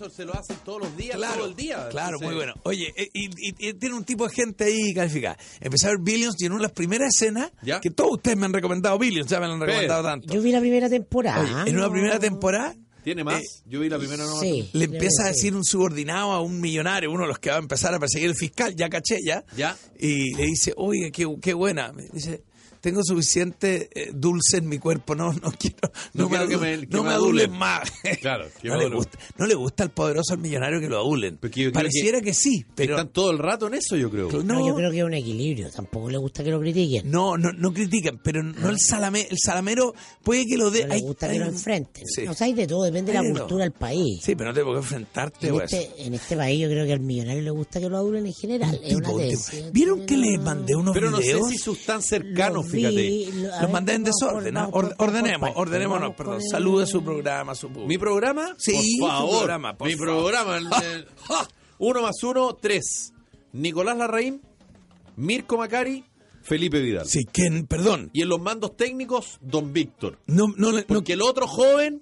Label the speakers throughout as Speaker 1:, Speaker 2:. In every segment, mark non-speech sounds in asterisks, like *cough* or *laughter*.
Speaker 1: lo, se lo hacen todos los días,
Speaker 2: Claro,
Speaker 1: todo el día.
Speaker 2: claro,
Speaker 1: Entonces,
Speaker 2: muy bueno. Oye, eh, y, y- y tiene un tipo de gente ahí calificada. Empecé a ver Billions y en una de las primeras escenas,
Speaker 1: Ya.
Speaker 2: que todos ustedes me han recomendado Billions, ya me lo han
Speaker 1: Pero,
Speaker 2: recomendado tanto.
Speaker 3: Yo Ah. vi la primera temporada.
Speaker 2: Oye, en una
Speaker 3: No.
Speaker 2: primera temporada
Speaker 1: ¿Tiene más?
Speaker 2: Eh,
Speaker 1: Yo vi la primera no.
Speaker 3: Sí.
Speaker 2: le
Speaker 3: yo
Speaker 2: empieza a
Speaker 3: creo que sí.
Speaker 2: decir un subordinado a un millonario, uno de los que va a empezar a perseguir el fiscal, ya caché, ya.
Speaker 1: Ya.
Speaker 2: Y le dice, oye, qué, qué buena. Me dice, tengo suficiente eh, dulce en mi cuerpo, no, no quiero, no,
Speaker 1: No
Speaker 2: me,
Speaker 1: quiero que
Speaker 2: adu-
Speaker 1: me- que
Speaker 2: no
Speaker 1: me
Speaker 2: me adulen
Speaker 1: adulen".
Speaker 2: más. *laughs*
Speaker 1: Claro, que
Speaker 2: no,
Speaker 1: me
Speaker 2: le
Speaker 1: adulen.
Speaker 2: gusta, no le gusta al poderoso al millonario que lo adulen.
Speaker 1: Porque yo creo
Speaker 2: Pareciera que, sí, pero
Speaker 1: Están todo el rato en eso, yo creo.
Speaker 3: No, yo creo que es un equilibrio. Tampoco le gusta que lo critiquen.
Speaker 2: No, no, no critican, pero no el salame, el salamero puede que lo dé.
Speaker 3: No le
Speaker 2: hay-
Speaker 3: gusta
Speaker 2: hay
Speaker 3: que lo
Speaker 2: un-
Speaker 3: enfrenten.
Speaker 2: Sí.
Speaker 3: O sea, hay de todo, depende de
Speaker 2: Hay
Speaker 3: la
Speaker 2: de todo.
Speaker 3: cultura del país.
Speaker 2: Sí, pero no tengo que enfrentarte, pues.
Speaker 3: En
Speaker 2: güey.
Speaker 3: este, en este país yo creo que al millonario le gusta que lo adulen en general. Es una
Speaker 2: Tipo, te-
Speaker 3: tesis.
Speaker 2: ¿Vieron que les mandé unos
Speaker 1: Pero no sé
Speaker 2: videos?
Speaker 1: si sus tan
Speaker 3: Lo
Speaker 1: cercanos,
Speaker 3: vi,
Speaker 1: fíjate.
Speaker 3: lo- a
Speaker 2: Los
Speaker 3: ver,
Speaker 2: mandé en
Speaker 3: vamos por-
Speaker 2: desorden. ¿ah?
Speaker 3: vamos por-
Speaker 2: Orde-
Speaker 3: por
Speaker 2: Ordenemos,
Speaker 3: parte.
Speaker 2: ordenémonos,
Speaker 3: Vamos
Speaker 2: perdón.
Speaker 3: con el-
Speaker 2: Salude su programa, su público.
Speaker 1: ¿Mi programa?
Speaker 2: Sí,
Speaker 1: por
Speaker 2: su
Speaker 1: favor.
Speaker 2: programa, por
Speaker 1: Mi
Speaker 2: favor.
Speaker 1: programa.
Speaker 2: *laughs*
Speaker 1: el- el- uno más uno, tres. Nicolás Larraín, Mirko Macari, Felipe Vidal.
Speaker 2: Sí, ¿quién? Perdón.
Speaker 1: Y en los mandos técnicos, Don Víctor.
Speaker 2: No, no, le- no,
Speaker 1: Porque el otro joven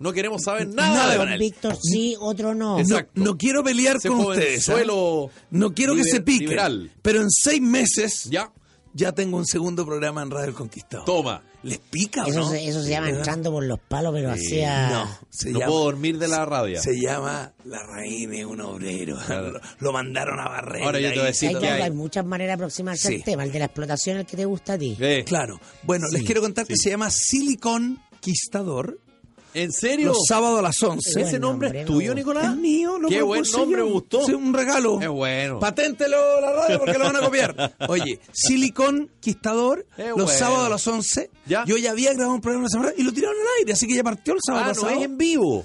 Speaker 1: no queremos saber nada,
Speaker 2: Nada
Speaker 1: de
Speaker 2: con
Speaker 1: él.
Speaker 3: Un Víctor sí, otro no.
Speaker 2: no-
Speaker 1: Exacto.
Speaker 2: no quiero pelear
Speaker 1: Ese
Speaker 2: con
Speaker 1: joven
Speaker 2: ustedes. ¿ah?
Speaker 1: suelo
Speaker 2: No quiero que
Speaker 1: liber-
Speaker 2: se piquen.
Speaker 1: liberal.
Speaker 2: Pero en seis meses
Speaker 1: Ya,
Speaker 2: ya tengo un segundo programa en Radio El Conquistador.
Speaker 1: toma.
Speaker 2: ¿Les pica o
Speaker 3: Eso,
Speaker 2: no?
Speaker 3: se, eso se llama
Speaker 2: ¿Verdad?
Speaker 3: entrando por los palos, pero hacía...
Speaker 2: No, se
Speaker 1: no
Speaker 2: llama-
Speaker 1: puedo dormir de la rabia.
Speaker 2: Se llama La Raíz de un Obrero. Lo, lo mandaron a barrer.
Speaker 1: Ahora yo te voy a
Speaker 2: ahí.
Speaker 1: decir
Speaker 3: hay,
Speaker 1: que
Speaker 3: claro, hay
Speaker 1: hay.
Speaker 3: muchas maneras de aproximarse
Speaker 2: Sí.
Speaker 3: al tema. El de la explotación, el que te gusta a ti.
Speaker 1: Eh,
Speaker 2: Claro. Bueno, les
Speaker 3: Sí,
Speaker 2: quiero contar que
Speaker 1: sí.
Speaker 2: se llama Silicon Quistador.
Speaker 1: ¿En serio?
Speaker 2: Los sábados a las 11.
Speaker 3: Buen
Speaker 1: ¿Ese nombre es
Speaker 3: nombre,
Speaker 1: tuyo,
Speaker 3: me gusta.
Speaker 1: Nicolás?
Speaker 2: Es mío, lo
Speaker 1: Qué buen
Speaker 2: propuse
Speaker 1: nombre,
Speaker 2: yo.
Speaker 1: me gustó.
Speaker 2: Sí, un regalo.
Speaker 1: Es bueno.
Speaker 2: Paténtelo la radio porque lo van a
Speaker 1: *laughs*
Speaker 2: copiar. Oye, Silicon Quistador,
Speaker 1: Es
Speaker 2: los
Speaker 1: bueno.
Speaker 2: sábados a las 11.
Speaker 1: Ya.
Speaker 2: Yo ya había grabado un programa la semana y lo tiraron al aire, así que ya partió el sábado
Speaker 1: Ah, no,
Speaker 2: pasado.
Speaker 1: es en vivo.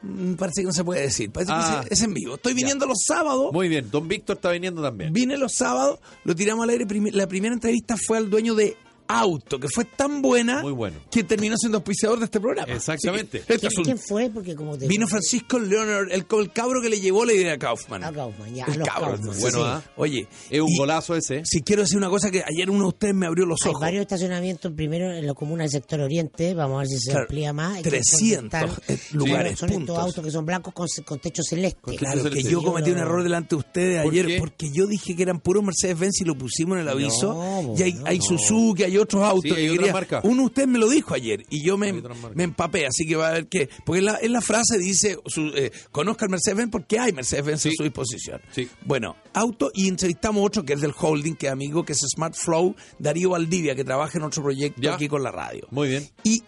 Speaker 2: Mm, Parece que no se puede decir. Parece
Speaker 1: Ah.
Speaker 2: que se- es en vivo. Estoy viniendo los sábados.
Speaker 1: Muy bien, Don Víctor está viniendo también.
Speaker 2: Vine los sábados, lo tiramos al aire. primi- La primera entrevista fue al dueño de Auto, que fue tan buena
Speaker 1: Muy bueno.
Speaker 2: que terminó siendo auspiciador de este programa.
Speaker 1: Exactamente.
Speaker 2: Así que este
Speaker 3: ¿Quién,
Speaker 2: es un-
Speaker 3: quién fue? este Porque como te...
Speaker 2: Vino Francisco Leonard, el, co- el cabro que le llevó la idea a Kaufman.
Speaker 3: A Kaufman, ya, a
Speaker 2: El
Speaker 3: los
Speaker 2: cabro.
Speaker 3: Kaufman,
Speaker 2: Bueno,
Speaker 1: sí.
Speaker 2: ah, oye,
Speaker 1: Es un
Speaker 2: y
Speaker 1: golazo ese.
Speaker 2: si quiero decir una cosa que ayer uno de ustedes me abrió los
Speaker 3: Hay
Speaker 2: ojos.
Speaker 3: varios estacionamientos, primero en la comuna del sector oriente, vamos a ver si se
Speaker 2: Claro,
Speaker 3: amplía más.
Speaker 2: 300
Speaker 3: Que son-
Speaker 2: lugares,
Speaker 3: Son estos
Speaker 2: puntos.
Speaker 3: autos que son blancos con, con techo celeste.
Speaker 1: Con techo
Speaker 2: Claro,
Speaker 1: Entonces,
Speaker 2: que
Speaker 1: sí.
Speaker 2: yo cometí un error delante de ustedes
Speaker 1: ¿Por
Speaker 2: ayer
Speaker 1: qué?
Speaker 2: porque yo dije que eran puros Mercedes-Benz y lo pusimos en el aviso.
Speaker 3: No,
Speaker 2: y hay,
Speaker 3: no.
Speaker 2: hay Suzuki, hay otros autos.
Speaker 1: Sí, hay
Speaker 2: que
Speaker 1: otras
Speaker 2: quería-
Speaker 1: marcas.
Speaker 2: Uno de ustedes me lo dijo ayer y yo me,
Speaker 1: Hay otras marcas.
Speaker 2: me empapé, así que va a ver que... Porque en la, en la frase dice, su- eh, conozca el Mercedes-Benz porque hay Mercedes-Benz a
Speaker 1: Sí.
Speaker 2: su disposición.
Speaker 1: Sí.
Speaker 2: Bueno, auto y entrevistamos otro que es del holding, que es amigo, que es Smart Flow, Darío Valdivia, que trabaja en otro proyecto
Speaker 1: Ya.
Speaker 2: aquí con la radio.
Speaker 1: Muy bien.
Speaker 2: Y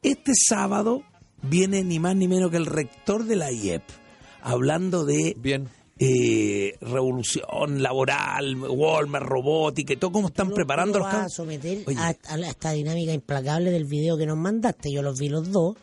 Speaker 2: este sábado viene ni más ni menos que el rector de la IEP hablando de
Speaker 1: Bien.
Speaker 2: eh, revolución laboral, Walmart, robótica y todo cómo están preparando los
Speaker 3: vas a
Speaker 2: campos.
Speaker 3: someter
Speaker 2: Oye.
Speaker 3: a, a la- esta dinámica implacable del video que nos mandaste. Yo los vi los dos,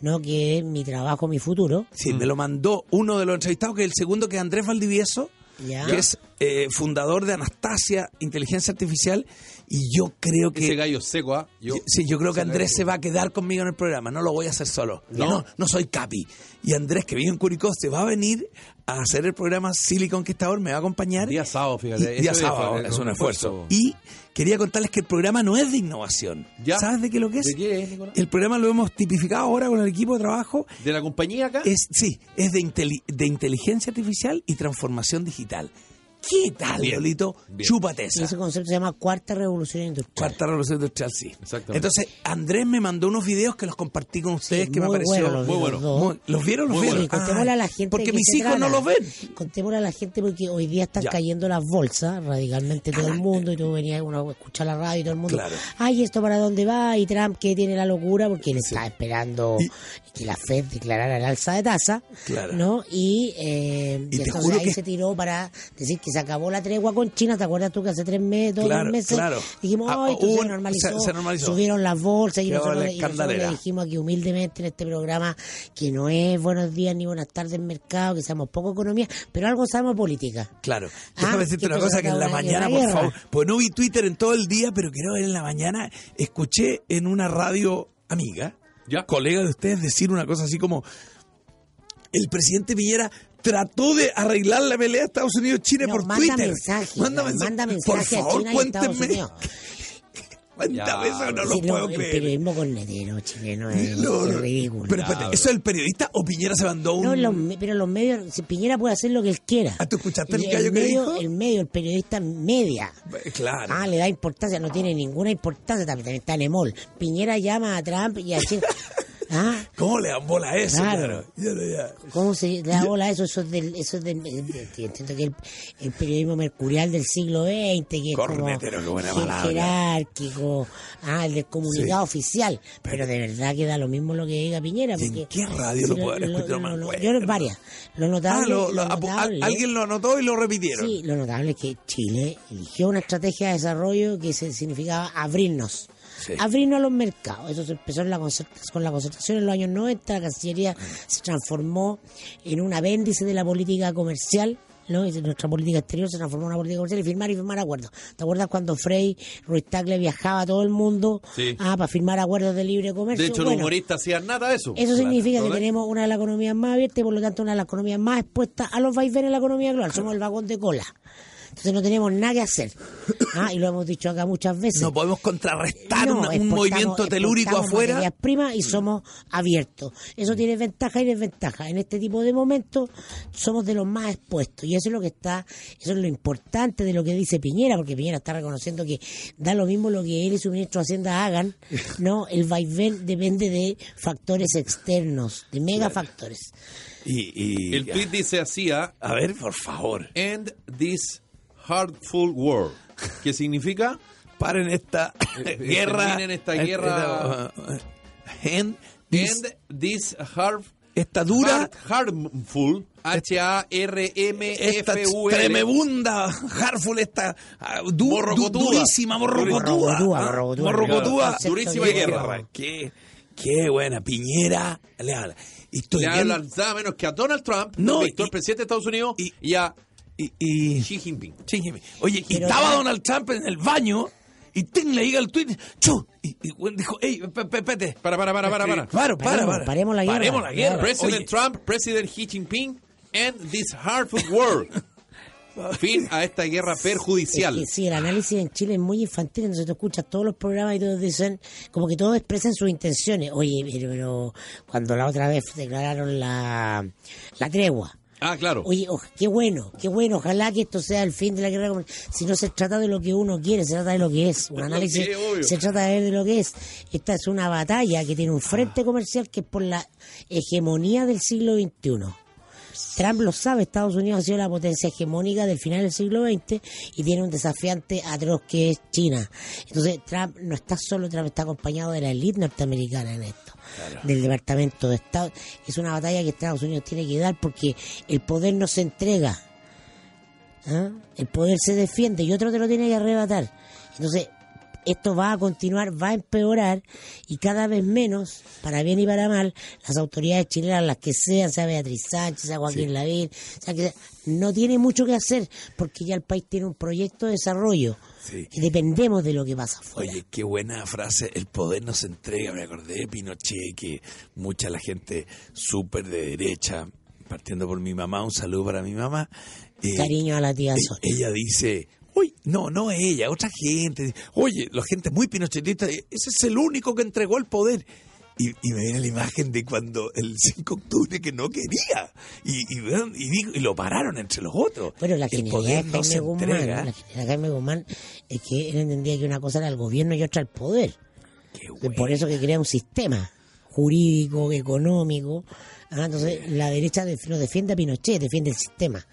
Speaker 3: ¿no? Que es mi trabajo, mi futuro.
Speaker 2: Sí, me lo mandó uno de los entrevistados, que es el segundo, que es Andrés Valdivieso,
Speaker 3: Ya.
Speaker 2: que es eh, fundador de Anastasia Inteligencia Artificial, y yo creo
Speaker 1: Ese
Speaker 2: que...
Speaker 1: gallo seco, ¿ah? Yo-
Speaker 2: sí, yo creo que
Speaker 1: ese
Speaker 2: Andrés
Speaker 1: gallo-
Speaker 2: se va a quedar conmigo en el programa, no lo voy a hacer solo. Yo
Speaker 1: No.
Speaker 2: No, no soy Capi. Y Andrés, que vive en Curicó, se va a venir a hacer el programa Silicon Conquistador, me va a acompañar.
Speaker 1: Día sábado, fíjate.
Speaker 2: Y-
Speaker 1: Eso
Speaker 2: día
Speaker 1: es,
Speaker 2: sábado,
Speaker 1: fíjate,
Speaker 2: es un esfuerzo.
Speaker 1: esfuerzo.
Speaker 2: Y quería contarles que el programa no es de innovación.
Speaker 1: Ya.
Speaker 2: ¿Sabes de qué lo que es?
Speaker 1: ¿De qué es, Nicolás?
Speaker 2: El programa lo hemos tipificado ahora con el equipo de trabajo.
Speaker 1: ¿De la compañía acá?
Speaker 2: Es, sí, es de, inteli- de inteligencia artificial y transformación digital. ¿Qué tal,
Speaker 1: Bien,
Speaker 2: Lolito?
Speaker 1: bien.
Speaker 2: Chúpate
Speaker 3: Y
Speaker 2: esa.
Speaker 3: ese concepto se llama Cuarta Revolución Industrial.
Speaker 2: Cuarta revolución industrial, sí.
Speaker 1: Exactamente.
Speaker 2: Entonces, Andrés me mandó unos videos que los compartí con ustedes
Speaker 3: Sí,
Speaker 2: que me
Speaker 3: muy
Speaker 2: pareció.
Speaker 3: bueno, los
Speaker 1: muy
Speaker 3: vi
Speaker 1: bueno.
Speaker 3: los dos.
Speaker 2: Muy- ¿Los vieron? ¿Los
Speaker 1: Muy
Speaker 2: vieron?
Speaker 3: Sí, contémosle
Speaker 2: Ah,
Speaker 3: a la gente.
Speaker 2: Porque
Speaker 3: de qué
Speaker 2: mis
Speaker 3: se
Speaker 2: hijos no
Speaker 3: trata.
Speaker 2: los ven.
Speaker 3: Contémosle a la gente porque hoy día están
Speaker 2: Ya.
Speaker 3: cayendo las bolsas radicalmente todo el
Speaker 2: Claro.
Speaker 3: mundo y tú venías uno a escuchar la radio y todo el mundo.
Speaker 2: Claro.
Speaker 3: Ay, ¿esto para dónde va? Y Trump que tiene la locura porque él está esperando
Speaker 2: Y-
Speaker 3: que la Fed declarara el alza de tasa.
Speaker 2: Claro.
Speaker 3: ¿no? Y, eh,
Speaker 2: Y
Speaker 3: y
Speaker 2: te
Speaker 3: entonces
Speaker 2: juro
Speaker 3: ahí
Speaker 2: que-
Speaker 3: se tiró para decir que se acabó la tregua con China. ¿Te acuerdas tú que hace tres meses, dos
Speaker 2: Claro,
Speaker 3: meses?
Speaker 2: claro.
Speaker 3: Dijimos,
Speaker 2: Ah,
Speaker 3: ay, entonces
Speaker 2: hubo
Speaker 3: se
Speaker 2: un-
Speaker 3: normalizó,
Speaker 2: se- se normalizó.
Speaker 3: Subieron las bolsas y
Speaker 2: Qué
Speaker 3: nosotros,
Speaker 2: vale,
Speaker 3: y nosotros
Speaker 2: escandalera.
Speaker 3: le dijimos aquí humildemente en este programa que no es buenos días ni buenas tardes mercado, que sabemos poco economía, pero algo sabemos política.
Speaker 2: Claro.
Speaker 3: Ah,
Speaker 2: Déjame decirte
Speaker 3: que
Speaker 2: una
Speaker 3: esto se
Speaker 2: cosa que en la
Speaker 3: acaba de
Speaker 2: mañana,
Speaker 3: la
Speaker 2: por
Speaker 3: guerra.
Speaker 2: favor, pues no vi Twitter en todo el día, pero quiero ver en la mañana, escuché en una radio amiga,
Speaker 1: Ya.
Speaker 2: colega de ustedes, decir una cosa así como, el presidente Piñera trató de arreglar la pelea de Estados Unidos-China
Speaker 3: No,
Speaker 2: por
Speaker 3: manda
Speaker 2: Twitter.
Speaker 3: mensaje,
Speaker 2: manda
Speaker 3: no,
Speaker 2: mensaje.
Speaker 3: manda
Speaker 2: Por
Speaker 3: mensaje a
Speaker 2: favor, *laughs*
Speaker 3: China y a Estados
Speaker 2: cuéntenme.
Speaker 3: Unidos.
Speaker 2: 50
Speaker 1: Ya,
Speaker 2: pesos, no
Speaker 1: pero-
Speaker 2: lo
Speaker 3: Sí, no,
Speaker 2: puedo
Speaker 3: el
Speaker 2: creer.
Speaker 3: periodismo
Speaker 2: *laughs*
Speaker 3: cornetero chileno es,
Speaker 2: No,
Speaker 3: es
Speaker 2: no.
Speaker 3: ridículo.
Speaker 2: Pero espérate,
Speaker 1: Ya,
Speaker 2: ¿eso es el periodista o Piñera se mandó un...?
Speaker 3: No, los me- pero los medios, si Piñera puede hacer lo que él quiera.
Speaker 2: Ah, ¿tú escuchaste el gallo
Speaker 3: medio,
Speaker 2: que dijo?
Speaker 3: El medio, el periodista media.
Speaker 2: Eh, Claro.
Speaker 3: Ah, le da importancia, no tiene ninguna importancia, también, también está Nemol. Piñera llama a Trump y
Speaker 2: *laughs*
Speaker 3: a China. ah,
Speaker 2: ¿Cómo le dan bola a eso? Claro.
Speaker 3: Claro.
Speaker 2: Ya, ya, ya.
Speaker 3: ¿Cómo se le da bola a eso? Eso es del, eso es del eh, de- entiendo que el, el periodismo mercurial del siglo XX, que es
Speaker 2: Cornetero, qué
Speaker 3: como
Speaker 2: buena
Speaker 3: jer-
Speaker 2: palabra.
Speaker 3: jerárquico, ah, el del comunicado oficial, pero de verdad que da lo mismo lo que diga Piñera.
Speaker 2: ¿Y en
Speaker 3: Porque,
Speaker 2: qué radio lo pueden escuchar? No me
Speaker 3: Yo
Speaker 2: acuerdo.
Speaker 3: varias. Lo notable,
Speaker 2: Ah, lo- lo-
Speaker 3: lo
Speaker 2: apu- al-
Speaker 3: notable-
Speaker 2: alguien lo anotó y lo repitieron.
Speaker 3: Sí, lo notable es que Chile eligió una estrategia de desarrollo que se- significaba abrirnos.
Speaker 2: Sí.
Speaker 3: Abrirnos a los mercados. Eso se empezó en la concerta- con la concertación en los años 90. La Cancillería
Speaker 1: Mm.
Speaker 3: se transformó en un apéndice de la política comercial. ¿no? Y Nuestra política exterior se transformó en una política comercial y firmar y firmar acuerdos. ¿Te acuerdas cuando Frey Ruiz Tagle viajaba a todo el mundo
Speaker 1: Sí.
Speaker 3: ah, para firmar acuerdos de libre comercio?
Speaker 1: De hecho, los
Speaker 3: Bueno,
Speaker 1: humoristas hacían nada de eso.
Speaker 3: eso significa que
Speaker 1: ¿No?
Speaker 3: tenemos una de las economías más abiertas y por lo tanto una de las economías más expuestas a los vaivenes de la economía global. Somos el vagón de cola. Entonces no tenemos nada que hacer. Ah, y lo hemos dicho acá muchas veces.
Speaker 2: No podemos contrarrestar
Speaker 3: No,
Speaker 2: una- un
Speaker 3: exportamos-
Speaker 2: movimiento telúrico
Speaker 3: exportamos
Speaker 2: afuera. Mm.
Speaker 3: materias primas y somos abiertos. Eso tiene ventaja y desventaja. En este tipo de momentos somos de los más expuestos. Y eso es lo que está, eso es lo importante de lo que dice Piñera, porque Piñera está reconociendo que da lo mismo lo que él y su ministro de
Speaker 2: *laughs*
Speaker 3: Hacienda hagan. No, el vaivén depende de factores externos, de megafactores.
Speaker 2: Y, y-
Speaker 1: El tweet dice así, ¿ah?
Speaker 2: A ver, por favor,
Speaker 1: End this hurtful war. Que significa *laughs*
Speaker 2: paren esta
Speaker 1: Eh, eh,
Speaker 2: guerra.
Speaker 1: terminen esta guerra.
Speaker 2: esta, uh, uh, end this-
Speaker 1: End this hard,
Speaker 2: esta dura,
Speaker 1: hard- harmful.
Speaker 2: esta
Speaker 1: H-A-R-M-F-U-L.
Speaker 2: tremebunda, harful, esta ah, du- du-
Speaker 1: Borrocotuda.
Speaker 2: durísima borrocotúa.
Speaker 3: Borrocotúa,
Speaker 2: ¿ah?
Speaker 3: borrocotúa.
Speaker 2: Borrocotúa.
Speaker 3: Claro,
Speaker 1: durísima
Speaker 2: Qué
Speaker 1: guerra.
Speaker 2: Qué, qué buena. Piñera le habla. Y estoy
Speaker 1: Le
Speaker 2: viendo-
Speaker 1: hablan nada menos que a Donald Trump,
Speaker 2: No,
Speaker 1: el actual
Speaker 2: y-
Speaker 1: presidente de Estados Unidos,
Speaker 2: y-
Speaker 1: y, a
Speaker 2: y- y-
Speaker 1: Xi Jinping.
Speaker 2: Sí, Jimmy. Oye, y
Speaker 3: Pero
Speaker 2: estaba
Speaker 3: ya-
Speaker 2: Donald Trump en el baño y Ting le llega el tweet. ¡Chu! Y, y bueno, dijo, ey, pe- pe- pete.
Speaker 1: Para, para, para, para, para.
Speaker 2: Paro, para,
Speaker 3: Paremos,
Speaker 2: para.
Speaker 3: paremos la guerra.
Speaker 2: Paremos la guerra.
Speaker 1: President
Speaker 2: Oye,
Speaker 1: Trump, President Xi Jinping, end this harmful war.
Speaker 3: *laughs*
Speaker 1: Fin a esta guerra perjudicial.
Speaker 3: Es que sí, el análisis en Chile es muy infantil, entonces tú escuchas todos los programas y todos dicen, como que todos expresan sus intenciones. Oye, pero, pero cuando la otra vez declararon la, la tregua.
Speaker 1: Ah, claro.
Speaker 3: Oye, oj- qué bueno, qué bueno, ojalá que esto sea el fin de la guerra. comercial. Si no se trata de lo que uno quiere, se trata de lo que es. Un
Speaker 1: Lo
Speaker 3: análisis
Speaker 1: que es, obvio.
Speaker 3: se trata de, de lo que es. Esta es una batalla que tiene un frente comercial que es por la hegemonía del siglo XXI. Trump lo sabe, Estados Unidos ha sido la potencia hegemónica del final del siglo XX y tiene un desafiante atroz que es China. Entonces Trump no está solo, Trump está acompañado de la élite norteamericana en esto, del Departamento de Estado. Es una batalla que Estados Unidos tiene que dar porque el poder no se entrega. ¿ah? El poder se defiende y otro te lo tiene que arrebatar. Entonces, esto va a continuar, va a empeorar y cada vez menos, para bien y para mal, las autoridades chilenas, las que sean, sea Beatriz Sánchez, sea Joaquín Lavín, sea que sea, no tiene mucho que hacer porque ya el país tiene un proyecto de desarrollo
Speaker 2: Sí.
Speaker 3: que dependemos de lo que pasa afuera.
Speaker 2: Oye, qué buena frase, el poder no se entrega, me acordé de Pinochet, que mucha la gente súper de derecha, partiendo por mi mamá, un saludo para mi mamá. eh,
Speaker 3: Cariño a la tía
Speaker 2: Eh,
Speaker 3: Sol.
Speaker 2: Ella dice, uy, no, no ella, otra gente. Oye, la gente muy pinochetista, eh, ese es el único que entregó el poder. Y, y me viene la imagen de cuando el 5 de octubre que no quería. Y, y, vean, y digo- y lo pararon entre los otros.
Speaker 3: Bueno, la
Speaker 2: el poder
Speaker 3: genialidad
Speaker 2: no
Speaker 3: de Jaime
Speaker 2: se
Speaker 3: Guzmán,
Speaker 2: entrega.
Speaker 3: la genialidad de Jaime Guzmán es que él entendía que una cosa era el gobierno y otra el poder.
Speaker 2: Qué
Speaker 3: Es
Speaker 2: bueno.
Speaker 3: Por eso que crea un sistema jurídico, económico. Ah, entonces, la derecha def- no defiende a Pinochet, defiende el sistema.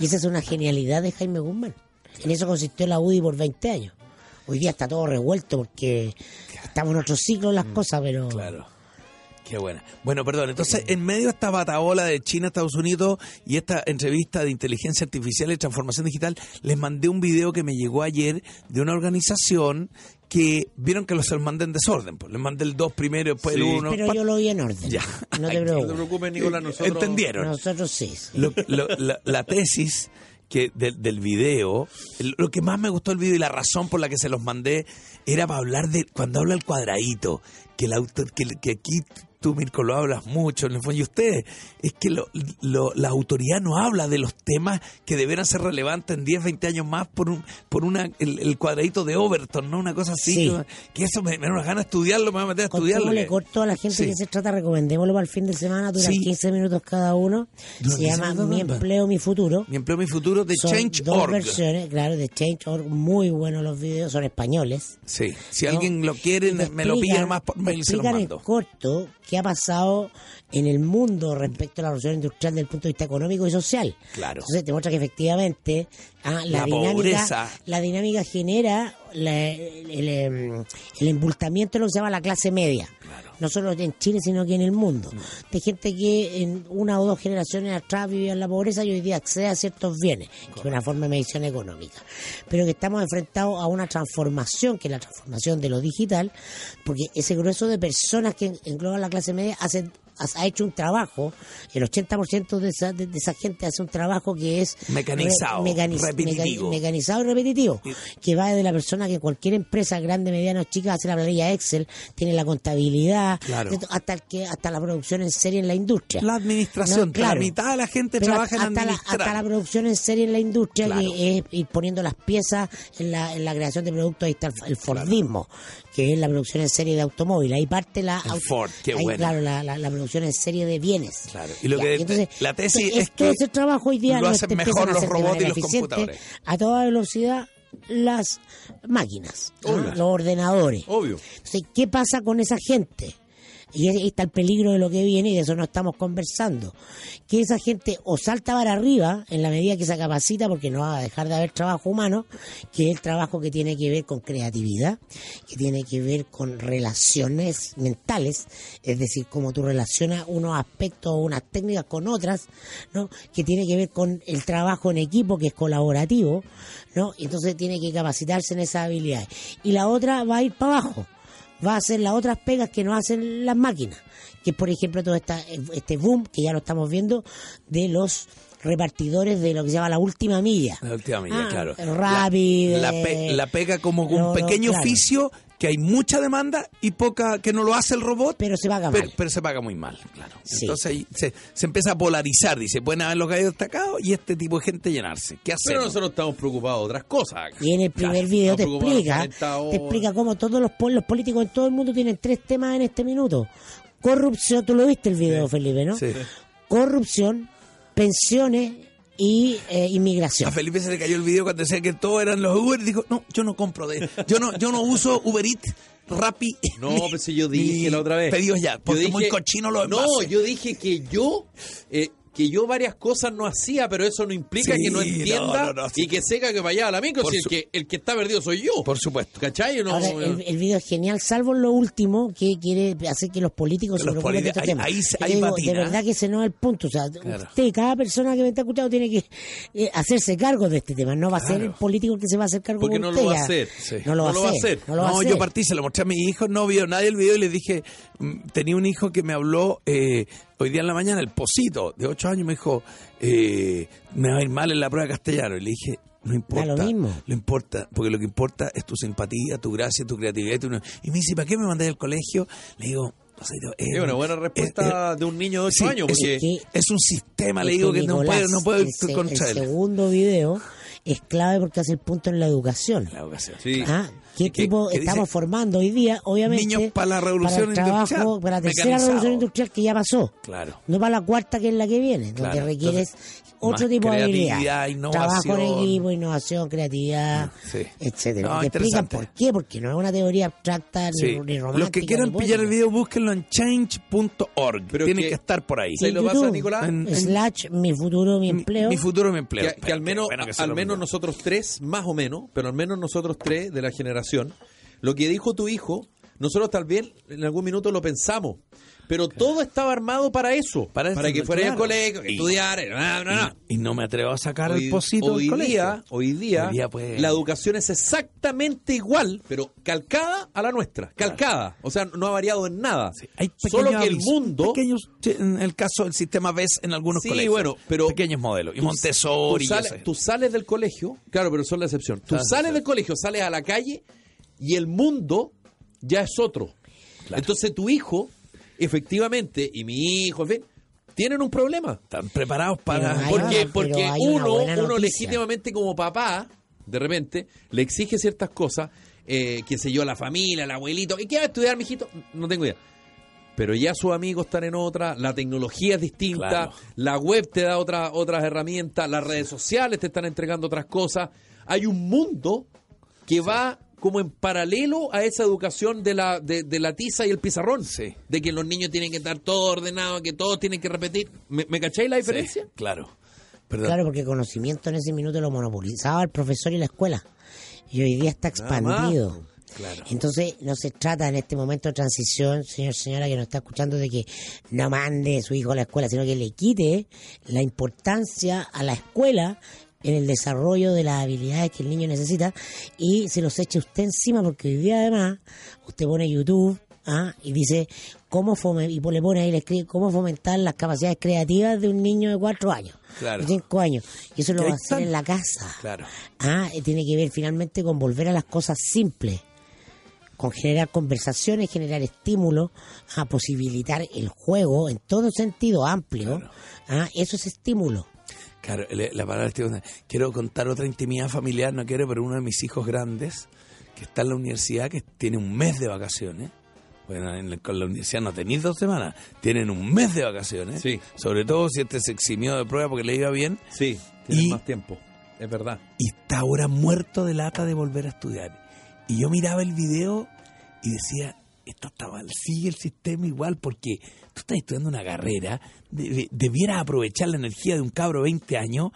Speaker 3: Y esa es una genialidad de Jaime Guzmán. En eso consistió la UDI por 20 años. Hoy día está todo revuelto porque estamos en otro ciclo de las cosas, pero...
Speaker 2: Mm, Claro. Qué buena. Bueno, perdón. Entonces, en medio de esta bataola de China, Estados Unidos y esta entrevista de inteligencia artificial y transformación digital, les mandé un video que me llegó ayer de una organización que vieron que los mandé en desorden. Pues les mandé el 2 primero, después el
Speaker 1: Sí.
Speaker 2: 1.
Speaker 3: Pero yo lo vi en orden.
Speaker 2: Ya. *laughs*
Speaker 3: No
Speaker 2: Ay,
Speaker 1: No te
Speaker 3: te preocupes. Eh,
Speaker 1: preocupes, Nicolás, nosotros...
Speaker 2: Entendieron.
Speaker 3: Nosotros sí. sí.
Speaker 2: Lo- lo- la, la tesis que del, del video, el- lo que más me gustó del video y la razón por la que se los mandé era para hablar de cuando habla el cuadradito, que el autor, que, que aquí tú, Mirko, lo hablas mucho en el fondo, y ustedes, es que lo- lo- la autoridad no habla de los temas que deberán ser relevantes en 10, 20 años más por un, por una, el, el cuadradito de Overton, ¿no? Una cosa así,
Speaker 3: Sí.
Speaker 2: que, que eso me, me da unas ganas de estudiarlo, me voy a meter a estudiarlo.
Speaker 3: Contémosle
Speaker 2: que-
Speaker 3: corto a la gente
Speaker 2: Sí.
Speaker 3: que se trata, recomendémoslo para el fin de semana, duran
Speaker 2: Sí.
Speaker 3: 15 minutos cada uno.
Speaker 2: Duran 15
Speaker 3: Se llama
Speaker 2: minutos,
Speaker 3: Mi
Speaker 2: compa.
Speaker 3: Empleo, Mi Futuro.
Speaker 2: Mi empleo, mi futuro, de
Speaker 3: Son dos
Speaker 2: Change.org.
Speaker 3: versiones, claro, de Change.org, muy buenos los videos, son españoles.
Speaker 2: Sí, si
Speaker 3: ¿no?
Speaker 2: alguien lo quiere,
Speaker 3: Y te
Speaker 2: me lo
Speaker 3: explican-
Speaker 2: pilla más por mail,
Speaker 3: te
Speaker 2: se lo
Speaker 3: explican en
Speaker 2: mando.
Speaker 3: corto qué ha pasado en el mundo respecto a la revolución industrial desde el punto de vista económico y social.
Speaker 2: Claro.
Speaker 3: Entonces te muestra que efectivamente ah, la,
Speaker 2: La
Speaker 3: dinámica,
Speaker 2: pobreza.
Speaker 3: la dinámica genera la- el, el- el embultamiento de lo que se llama la clase media. No solo en Chile, sino que en el mundo.
Speaker 2: Mm.
Speaker 3: De gente que en una o dos generaciones atrás vivía en la pobreza y hoy día accede a ciertos bienes, que es una forma de medición económica. Pero que estamos enfrentados a una transformación, que es la transformación de lo digital, porque ese grueso de personas que engloban la clase media hacen has- ha hecho un trabajo, el 80% de esa, de, de esa gente hace un trabajo que es
Speaker 2: Mecanizado,
Speaker 3: mecaniz-
Speaker 2: repetitivo.
Speaker 3: meca- mecanizado y repetitivo,
Speaker 2: Sí.
Speaker 3: que va desde la persona que cualquier empresa, grande, mediana o chica, hace la planilla Excel, tiene la contabilidad,
Speaker 2: Claro.
Speaker 3: de- hasta, el que, hasta la producción en serie en la industria.
Speaker 2: La administración,
Speaker 3: No, claro.
Speaker 2: la mitad de la gente
Speaker 3: Pero
Speaker 2: trabaja en
Speaker 3: hasta la,
Speaker 2: administrar.
Speaker 3: hasta la producción en serie en la industria,
Speaker 2: Claro.
Speaker 3: que es ir poniendo las piezas en la, en la creación de productos. Ahí está el, el Fordismo, que es la producción en serie de automóviles. Ahí parte la.
Speaker 2: El
Speaker 3: au-
Speaker 2: Ford, qué
Speaker 3: ahí,
Speaker 2: bueno.
Speaker 3: Claro, la, la- la producción en serie de bienes.
Speaker 2: Claro, y lo que- la tesis
Speaker 3: entonces,
Speaker 2: es que
Speaker 3: todo ese trabajo hoy día
Speaker 2: lo hacen
Speaker 3: te empiezan
Speaker 2: mejor
Speaker 3: a
Speaker 2: los
Speaker 3: hacer de
Speaker 2: robots y
Speaker 3: manera
Speaker 2: los
Speaker 3: eficiente,
Speaker 2: computadores.
Speaker 3: A toda velocidad, las máquinas, ¿no?
Speaker 1: Hola.
Speaker 3: los ordenadores.
Speaker 1: Obvio.
Speaker 3: Entonces, ¿qué pasa con esa gente? Y ahí está el peligro de lo que viene y de eso no estamos conversando. Que esa gente o salta para arriba en la medida que se capacita porque no va a dejar de haber trabajo humano, que es el trabajo que tiene que ver con creatividad, que tiene que ver con relaciones mentales, es decir, cómo tú relacionas unos aspectos o unas técnicas con otras, ¿no? que tiene que ver con el trabajo en equipo que es colaborativo, ¿no? entonces tiene que capacitarse en esas habilidades. Y la otra va a ir para abajo va a hacer las otras pegas que no hacen las máquinas, que es, por ejemplo todo esta, este boom que ya lo estamos viendo de los repartidores de lo que se llama la última milla.
Speaker 2: La última milla,
Speaker 3: Ah,
Speaker 2: claro.
Speaker 3: Rappi,
Speaker 2: La, la pe-
Speaker 3: eh,
Speaker 2: la pega como
Speaker 3: no, no,
Speaker 2: un pequeño
Speaker 3: claro.
Speaker 2: oficio que hay mucha demanda y poca que no lo hace el robot,
Speaker 3: Pero se paga
Speaker 2: pero,
Speaker 3: mal.
Speaker 2: pero se paga muy mal. Claro.
Speaker 3: Sí.
Speaker 2: Entonces ahí se, se empieza a polarizar. Dice, pueden haber los gallos destacados y este tipo de gente llenarse. ¿Qué
Speaker 1: Pero
Speaker 2: hacemos?
Speaker 1: nosotros estamos preocupados de otras cosas. acá.
Speaker 3: Y en el primer
Speaker 2: Claro,
Speaker 3: video
Speaker 1: no
Speaker 3: te
Speaker 1: preocupados,
Speaker 3: explica,
Speaker 1: conectados.
Speaker 3: te explica cómo todos los, po- los políticos en todo el mundo tienen tres temas en este minuto. Corrupción, tú lo viste el video, Felipe, ¿no?
Speaker 2: Sí.
Speaker 3: Corrupción, pensiones y eh,
Speaker 2: A
Speaker 3: inmigración.
Speaker 2: Felipe se le cayó el video cuando decía que todos eran los Uber y dijo, no, yo no compro de... Yo no, yo no uso Uber Eats, Rappi.
Speaker 1: No,
Speaker 2: ni-
Speaker 1: pero si yo dije
Speaker 2: *laughs* ni
Speaker 1: la otra vez.
Speaker 2: Pedidos ya,
Speaker 1: Yo
Speaker 2: porque
Speaker 1: dije-
Speaker 2: muy cochino los
Speaker 1: No,
Speaker 2: envases.
Speaker 1: yo dije que yo. eh, que yo varias cosas no hacía, pero eso no implica
Speaker 2: Sí,
Speaker 1: que no
Speaker 2: no,
Speaker 1: entienda
Speaker 2: no, no, sí.
Speaker 1: y que seca que vaya a la micro,
Speaker 2: Por
Speaker 1: si el
Speaker 2: su-
Speaker 1: que, el que está perdido soy yo.
Speaker 2: Por supuesto.
Speaker 1: ¿Cachai? No, eh,
Speaker 3: Ahora, eh, el, el video es genial, salvo lo último que quiere hacer que los políticos
Speaker 2: Que
Speaker 3: se
Speaker 2: los
Speaker 3: preocupen de
Speaker 2: políticos-
Speaker 3: estos
Speaker 2: ahí-
Speaker 3: temas.
Speaker 2: ahí se-
Speaker 3: Yo
Speaker 2: ahí
Speaker 3: digo,
Speaker 2: patina.
Speaker 3: de verdad que ese no es el punto. O sea,
Speaker 2: Claro.
Speaker 3: usted, cada persona que me está escuchando, tiene que eh, hacerse cargo de este tema. No va a ser
Speaker 2: Claro.
Speaker 3: el político el que se va a hacer cargo
Speaker 1: Porque no
Speaker 3: como usted
Speaker 1: lo va a
Speaker 3: ya.
Speaker 1: hacer, sí.
Speaker 3: No lo va a hacer. No lo va a hacer.
Speaker 2: yo partí, se lo mostré a mis hijos, no vio nadie el video y les dije, mm, tenía un hijo que me habló eh, hoy día en la mañana, el Posito, de 8 años, me dijo, eh, me va a ir mal en la prueba de castellano. Y le dije, no importa.
Speaker 3: lo mismo.
Speaker 2: importa, porque lo que importa es tu simpatía, tu gracia, tu creatividad. tu- Y me dice, ¿para qué me mandé al colegio? Le digo, Posito, es
Speaker 1: Es una
Speaker 2: un-
Speaker 1: buena
Speaker 2: es-
Speaker 1: respuesta de un niño de 8
Speaker 2: eh, sí,
Speaker 1: años,
Speaker 2: es-
Speaker 1: porque
Speaker 3: que-
Speaker 2: es un sistema, le
Speaker 3: Este
Speaker 2: digo, que no
Speaker 3: Nicolás,
Speaker 2: puedo, no puedo ir
Speaker 3: el se-
Speaker 2: contra
Speaker 3: El
Speaker 2: él.
Speaker 3: segundo video es clave porque hace el punto en la educación.
Speaker 2: La educación.
Speaker 1: Sí.
Speaker 3: Ah, ¿Qué
Speaker 2: Y que-
Speaker 3: tipo
Speaker 2: que dice-
Speaker 3: estamos formando hoy día? Obviamente.
Speaker 2: Niños para la revolución
Speaker 3: para el trabajo,
Speaker 2: industrial,
Speaker 3: Para la tercera
Speaker 2: mecanizado.
Speaker 3: revolución industrial que ya pasó.
Speaker 2: Claro.
Speaker 3: No para la cuarta que es la que viene,
Speaker 2: Claro,
Speaker 3: donde requieres
Speaker 2: entonces,
Speaker 3: otro
Speaker 2: más
Speaker 3: tipo de
Speaker 2: creatividad,
Speaker 3: habilidad.
Speaker 2: innovación.
Speaker 3: Trabajo en equipo, innovación, creatividad,
Speaker 2: Sí.
Speaker 3: etcétera.
Speaker 2: No,
Speaker 3: Te explican
Speaker 2: interesante.
Speaker 3: por qué, porque no es una teoría abstracta ni,
Speaker 2: Sí.
Speaker 3: ni romántica.
Speaker 2: Los que quieran
Speaker 3: ni
Speaker 2: pillar el
Speaker 3: poética.
Speaker 2: video, búsquenlo en change.org.
Speaker 1: Pero
Speaker 2: Tienen
Speaker 1: que-
Speaker 2: que, estar por ahí.
Speaker 1: ¿Se
Speaker 3: En
Speaker 1: lo pasa,
Speaker 3: YouTube,
Speaker 1: Nicolás?
Speaker 2: En- en-
Speaker 3: Slash, mi futuro, mi empleo.
Speaker 2: Mi futuro me empleo.
Speaker 1: que, que al menos,
Speaker 2: Bueno, que se
Speaker 1: al
Speaker 2: lo
Speaker 1: menos
Speaker 2: mire.
Speaker 1: nosotros tres, más o menos, pero al menos nosotros tres de la generación, lo que dijo tu hijo, nosotros tal vez en algún minuto lo pensamos, pero todo estaba armado para eso,
Speaker 2: Para
Speaker 1: para,
Speaker 2: eso,
Speaker 1: que fuera al
Speaker 2: claro.
Speaker 1: colegio, que
Speaker 2: Y-
Speaker 1: estudiar, no, no, no.
Speaker 2: Y no me atrevo a sacar
Speaker 1: Hoy,
Speaker 2: el posito
Speaker 1: hoy
Speaker 2: del colegio.
Speaker 1: día, hoy día,
Speaker 2: Hoy día, pues.
Speaker 1: la educación es exactamente igual, pero calcada a la nuestra, calcada, o sea, no ha variado en nada,
Speaker 2: Sí, hay
Speaker 1: solo
Speaker 2: pequeños
Speaker 1: que el
Speaker 2: avisos,
Speaker 1: mundo...
Speaker 2: pequeños, sí, en el caso del sistema BES en algunos
Speaker 1: Sí,
Speaker 2: colegios.
Speaker 1: bueno, pero
Speaker 2: Pequeños modelos. Y
Speaker 1: tú-
Speaker 2: Montessori. y
Speaker 1: Tú sales,
Speaker 2: esas-
Speaker 1: tú sales del colegio, claro, pero son la excepción. Tú
Speaker 2: Claro,
Speaker 1: sales
Speaker 2: sí.
Speaker 1: del colegio, sales a la calle y el mundo ya es otro. Entonces tu hijo efectivamente, y mi hijo, en fin, tienen un problema.
Speaker 2: Están preparados para...
Speaker 3: Pero hay-
Speaker 2: Porque-
Speaker 1: Porque,
Speaker 3: pero
Speaker 1: porque
Speaker 3: hay una
Speaker 1: uno,
Speaker 3: buena
Speaker 1: uno
Speaker 3: noticia.
Speaker 1: legítimamente como papá, de repente, le exige ciertas cosas, eh, qué sé yo, a la familia, al abuelito, ¿y qué va a estudiar, mijito? No tengo idea. Pero ya sus amigos están en otra, la tecnología es distinta,
Speaker 2: Claro.
Speaker 1: la web te da otra- otras herramientas, las redes sociales te están entregando otras cosas. Hay un mundo que va como en paralelo a esa educación de la, de, de la tiza y el pizarrón.
Speaker 2: Sí.
Speaker 1: De que los niños tienen que estar todo ordenado, que todos tienen que repetir. ¿Me, me cacháis la diferencia?
Speaker 2: Sí, claro. Perdón.
Speaker 3: Claro, porque el conocimiento en ese minuto lo monopolizaba el profesor y la escuela. Y hoy día está expandido.
Speaker 2: Ah, Claro.
Speaker 3: Entonces, no se trata en este momento de transición, señor, señora que nos está escuchando, de que no mande a su hijo a la escuela, sino que le quite la importancia a la escuela en el desarrollo de las habilidades que el niño necesita y se los eche usted encima, porque hoy día además usted pone YouTube ¿ah? y dice cómo fome- y le pone ahí, le escribe cómo fomentar las capacidades creativas de un niño de cuatro años,
Speaker 2: Claro.
Speaker 3: de cinco años, y eso lo
Speaker 2: Que
Speaker 3: va a
Speaker 2: ahí
Speaker 3: hacer
Speaker 2: están.
Speaker 3: en la casa.
Speaker 2: Claro.
Speaker 3: Ah, eh, tiene que ver finalmente con volver a las cosas simples, con generar conversaciones, generar estímulos, a posibilitar el juego en todo sentido amplio. Ah, eso es estímulo.
Speaker 2: Claro, le- la palabra es tierna. Quiero contar otra intimidad familiar, no quiero, pero uno de mis hijos grandes, que está en la universidad, que tiene un mes de vacaciones. Bueno, en la, con la universidad no tenéis dos semanas, tienen un mes de vacaciones.
Speaker 1: Sí.
Speaker 2: Sobre todo si este se eximió de prueba porque le iba bien.
Speaker 1: Sí,
Speaker 2: Y-
Speaker 1: tienes más tiempo. Es verdad.
Speaker 2: Y está ahora muerto de lata de volver a estudiar. Y yo miraba el video y decía, esto está mal, sigue el sistema igual porque tú estás estudiando una carrera, debe- debieras aprovechar la energía de un cabro de 20 años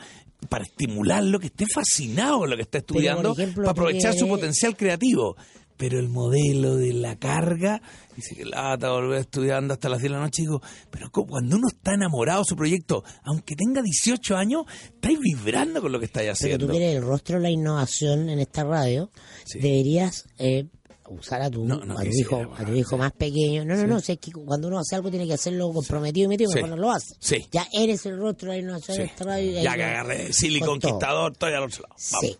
Speaker 2: para estimularlo, que esté fascinado con lo que está
Speaker 3: por
Speaker 2: estudiando,
Speaker 3: ejemplo,
Speaker 2: para aprovechar
Speaker 3: tú
Speaker 2: su
Speaker 3: que-
Speaker 2: potencial creativo. Pero el modelo de la carga, dice que lata volver estudiando hasta las 10 de la noche, digo, pero co- cuando uno está enamorado de su proyecto, aunque tenga 18 años, estáis vibrando con lo que estáis
Speaker 3: Pero
Speaker 2: haciendo.
Speaker 3: tú tienes el rostro de la innovación en esta radio,
Speaker 2: Sí.
Speaker 3: deberías eh, usar a tu,
Speaker 2: No, no
Speaker 3: a tu
Speaker 2: quisiera,
Speaker 3: hijo,
Speaker 2: bueno, eh,
Speaker 3: a tu hijo más pequeño. No, no, no, si es que cuando uno hace algo tiene que hacerlo comprometido y metido,
Speaker 2: Sí.
Speaker 3: mejor no lo hace.
Speaker 2: Sí.
Speaker 3: Ya eres el rostro de la innovación
Speaker 2: Sí.
Speaker 3: en esta radio. y ahí
Speaker 2: Ya que
Speaker 3: no-
Speaker 2: agarré Silly
Speaker 3: con todo.
Speaker 2: Conquistador, estoy al otro lado. Vamos.
Speaker 3: Sí.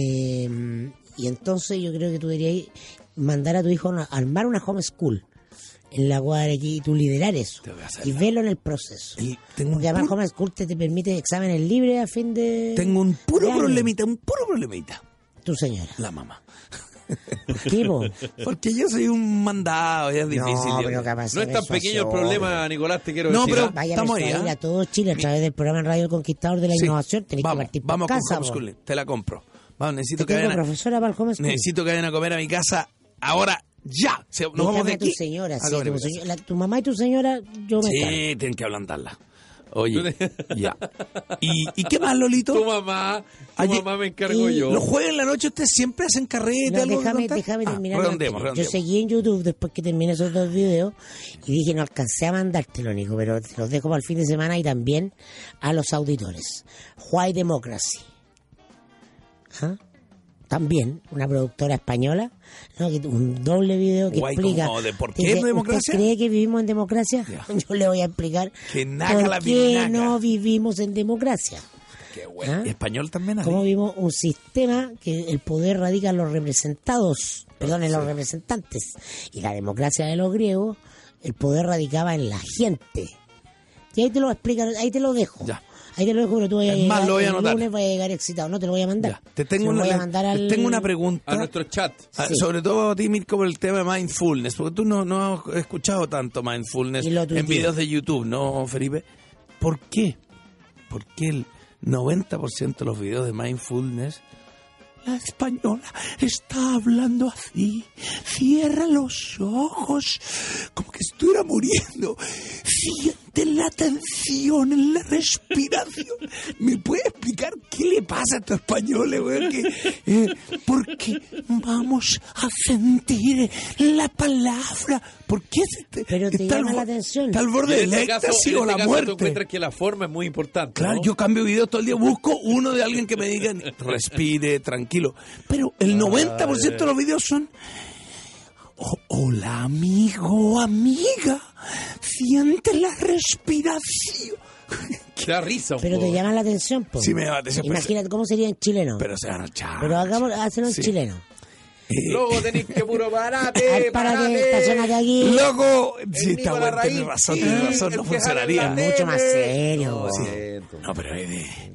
Speaker 3: Eh, y entonces yo creo que tú deberías mandar a tu hijo a una- armar una homeschool en la cual aquí tú liderar eso
Speaker 2: Tengo que
Speaker 3: y
Speaker 2: hacerlo.
Speaker 3: verlo en el proceso.
Speaker 2: El- tengo, un
Speaker 3: Porque además
Speaker 2: puro,
Speaker 3: homeschool te, te permite exámenes libres a fin de...
Speaker 2: tengo un puro
Speaker 3: de año.
Speaker 2: problemita, un puro problemita.
Speaker 3: Tu señora.
Speaker 2: La mamá. *laughs*
Speaker 3: Tipo.
Speaker 2: Porque yo soy un mandado, ya es difícil.
Speaker 3: no,
Speaker 2: yo-
Speaker 3: pero capaz
Speaker 1: No es
Speaker 3: de
Speaker 1: tan
Speaker 3: eso
Speaker 1: pequeño el
Speaker 3: hace
Speaker 1: problema, Nicolás, te quiero
Speaker 2: No,
Speaker 1: decir.
Speaker 2: pero-
Speaker 1: ¿ah?
Speaker 3: Vaya
Speaker 2: Estamos ahí,
Speaker 3: mensaje
Speaker 2: ¿ah?
Speaker 3: a todo Chile a través del programa Radio El Conquistador de la
Speaker 2: Sí,
Speaker 3: Innovación. Tenés
Speaker 2: vamos,
Speaker 3: que partir por
Speaker 2: Vamos
Speaker 3: casa.
Speaker 2: con
Speaker 3: po.
Speaker 2: homeschooling, te la compro. Vamos, necesito
Speaker 3: Te
Speaker 2: que,
Speaker 3: tengo
Speaker 2: vayan a,
Speaker 3: profesora para el homeschool.
Speaker 2: necesito que vayan a comer a mi casa ahora, ya. Se- nos
Speaker 3: Déjame
Speaker 2: vamos de
Speaker 3: a tu
Speaker 2: aquí
Speaker 3: señora,
Speaker 2: a
Speaker 3: sí,
Speaker 2: comer a
Speaker 3: tu,
Speaker 2: mi casa.
Speaker 3: señora- la- tu mamá y tu señora, yo me encargo.
Speaker 2: Sí, tienen que ablandarla. Oye, ya. ¿Y, ¿Y qué más, Lolito?
Speaker 1: Tu mamá, tu
Speaker 2: Ayer-
Speaker 1: mamá me encargo
Speaker 3: y
Speaker 1: yo.
Speaker 2: Los jueves en la noche ustedes siempre hacen carrete,
Speaker 3: No,
Speaker 2: algo que
Speaker 3: déjame,
Speaker 2: contar?
Speaker 3: déjame
Speaker 2: Ah,
Speaker 3: terminar.
Speaker 2: redondeemos,
Speaker 3: Martín. Yo
Speaker 2: redondeemos.
Speaker 3: seguí en YouTube después que terminé esos dos videos y dije, no alcancé a mandártelo, Nico, pero te los dejo para el fin de semana y también a los auditores. Why Democracy. ¿Ah? También una productora española, ¿no? Que- un doble video que
Speaker 2: Why
Speaker 3: explica.
Speaker 2: como de por qué
Speaker 3: Dice,
Speaker 2: no democracia?
Speaker 3: ¿Usted cree que vivimos en democracia?
Speaker 2: Ya.
Speaker 3: *laughs* Yo le voy a explicar
Speaker 2: Que naca la
Speaker 3: por qué
Speaker 2: pirinaca.
Speaker 3: no vivimos en democracia.
Speaker 2: Qué bueno.
Speaker 3: ¿Ah?
Speaker 2: ¿Y español también?
Speaker 3: Como
Speaker 2: Adri?
Speaker 3: vimos un sistema que el poder radica en los representados, perdón, en los representantes. Y la democracia de los griegos, el poder radicaba en la gente. Y ahí te lo explican, ahí te lo dejo.
Speaker 2: Ya.
Speaker 3: Ahí te lo dejo, pero tú vas a
Speaker 2: Es más,
Speaker 3: llegar,
Speaker 2: lo voy a
Speaker 3: el
Speaker 2: anotar.
Speaker 3: lunes vas a llegar excitado, no te lo voy a mandar.
Speaker 2: Ya. Te tengo,
Speaker 3: Se lo
Speaker 2: una,
Speaker 3: voy a mandar
Speaker 2: te
Speaker 3: al-
Speaker 2: tengo una
Speaker 1: A
Speaker 2: pregunta.
Speaker 1: nuestro chat.
Speaker 2: Ah,
Speaker 3: Sí.
Speaker 2: Sobre todo a ti, Mirko, por el tema de mindfulness, porque tú no, no has escuchado tanto mindfulness
Speaker 3: Y lo
Speaker 2: en
Speaker 3: tuiteé.
Speaker 2: videos de YouTube, ¿no, Felipe? ¿Por qué? Porque el 90% de los videos de mindfulness, la española está hablando así, cierra los ojos, como que estuviera muriendo, siente la tensión en la respiración. ¿Me puede explicar qué le pasa a estos españoles, güey? Que, eh, porque vamos a sentir la palabra. ¿Por qué se te,
Speaker 3: Pero te
Speaker 2: al
Speaker 3: llama la
Speaker 2: bo-
Speaker 3: atención.
Speaker 2: Está al borde
Speaker 1: En
Speaker 2: del
Speaker 1: este caso,
Speaker 2: éxtasis
Speaker 1: en
Speaker 2: o
Speaker 1: este
Speaker 2: la
Speaker 1: caso tú
Speaker 2: muerte.
Speaker 1: encuentras que la forma es muy importante.
Speaker 2: Claro,
Speaker 1: ¿no?
Speaker 2: yo cambio videos todo el día, busco uno de alguien que me diga, respire, tranquilo. Pero
Speaker 1: Ah,
Speaker 2: el 90% de los
Speaker 1: eh.
Speaker 2: videos son, "Oh, hola amigo, amiga, siente la respiración. *laughs*
Speaker 1: Te da risa un
Speaker 3: Pero te
Speaker 1: poco.
Speaker 3: llama la atención, po.
Speaker 2: Sí, me llama la atención, pero-
Speaker 3: Imagínate cómo sería en chileno.
Speaker 2: Pero se van a echar.
Speaker 3: Pero hagamos, hazlo en
Speaker 2: Sí.
Speaker 3: chileno.
Speaker 2: Eh,
Speaker 1: Luego tenéis que puro
Speaker 3: Ay, *laughs*
Speaker 1: parate,
Speaker 3: para que estacionate aquí.
Speaker 2: Loco, sí,
Speaker 1: Nico
Speaker 2: está bueno,
Speaker 1: Larraín,
Speaker 2: tenés razón,
Speaker 1: sí,
Speaker 2: tenés razón,
Speaker 1: el
Speaker 2: no
Speaker 1: que jala en
Speaker 2: funcionaría.
Speaker 1: la
Speaker 3: mucho más
Speaker 1: tele.
Speaker 3: serio,
Speaker 1: No,
Speaker 3: weón.
Speaker 1: sí.
Speaker 2: No, pero ahí de-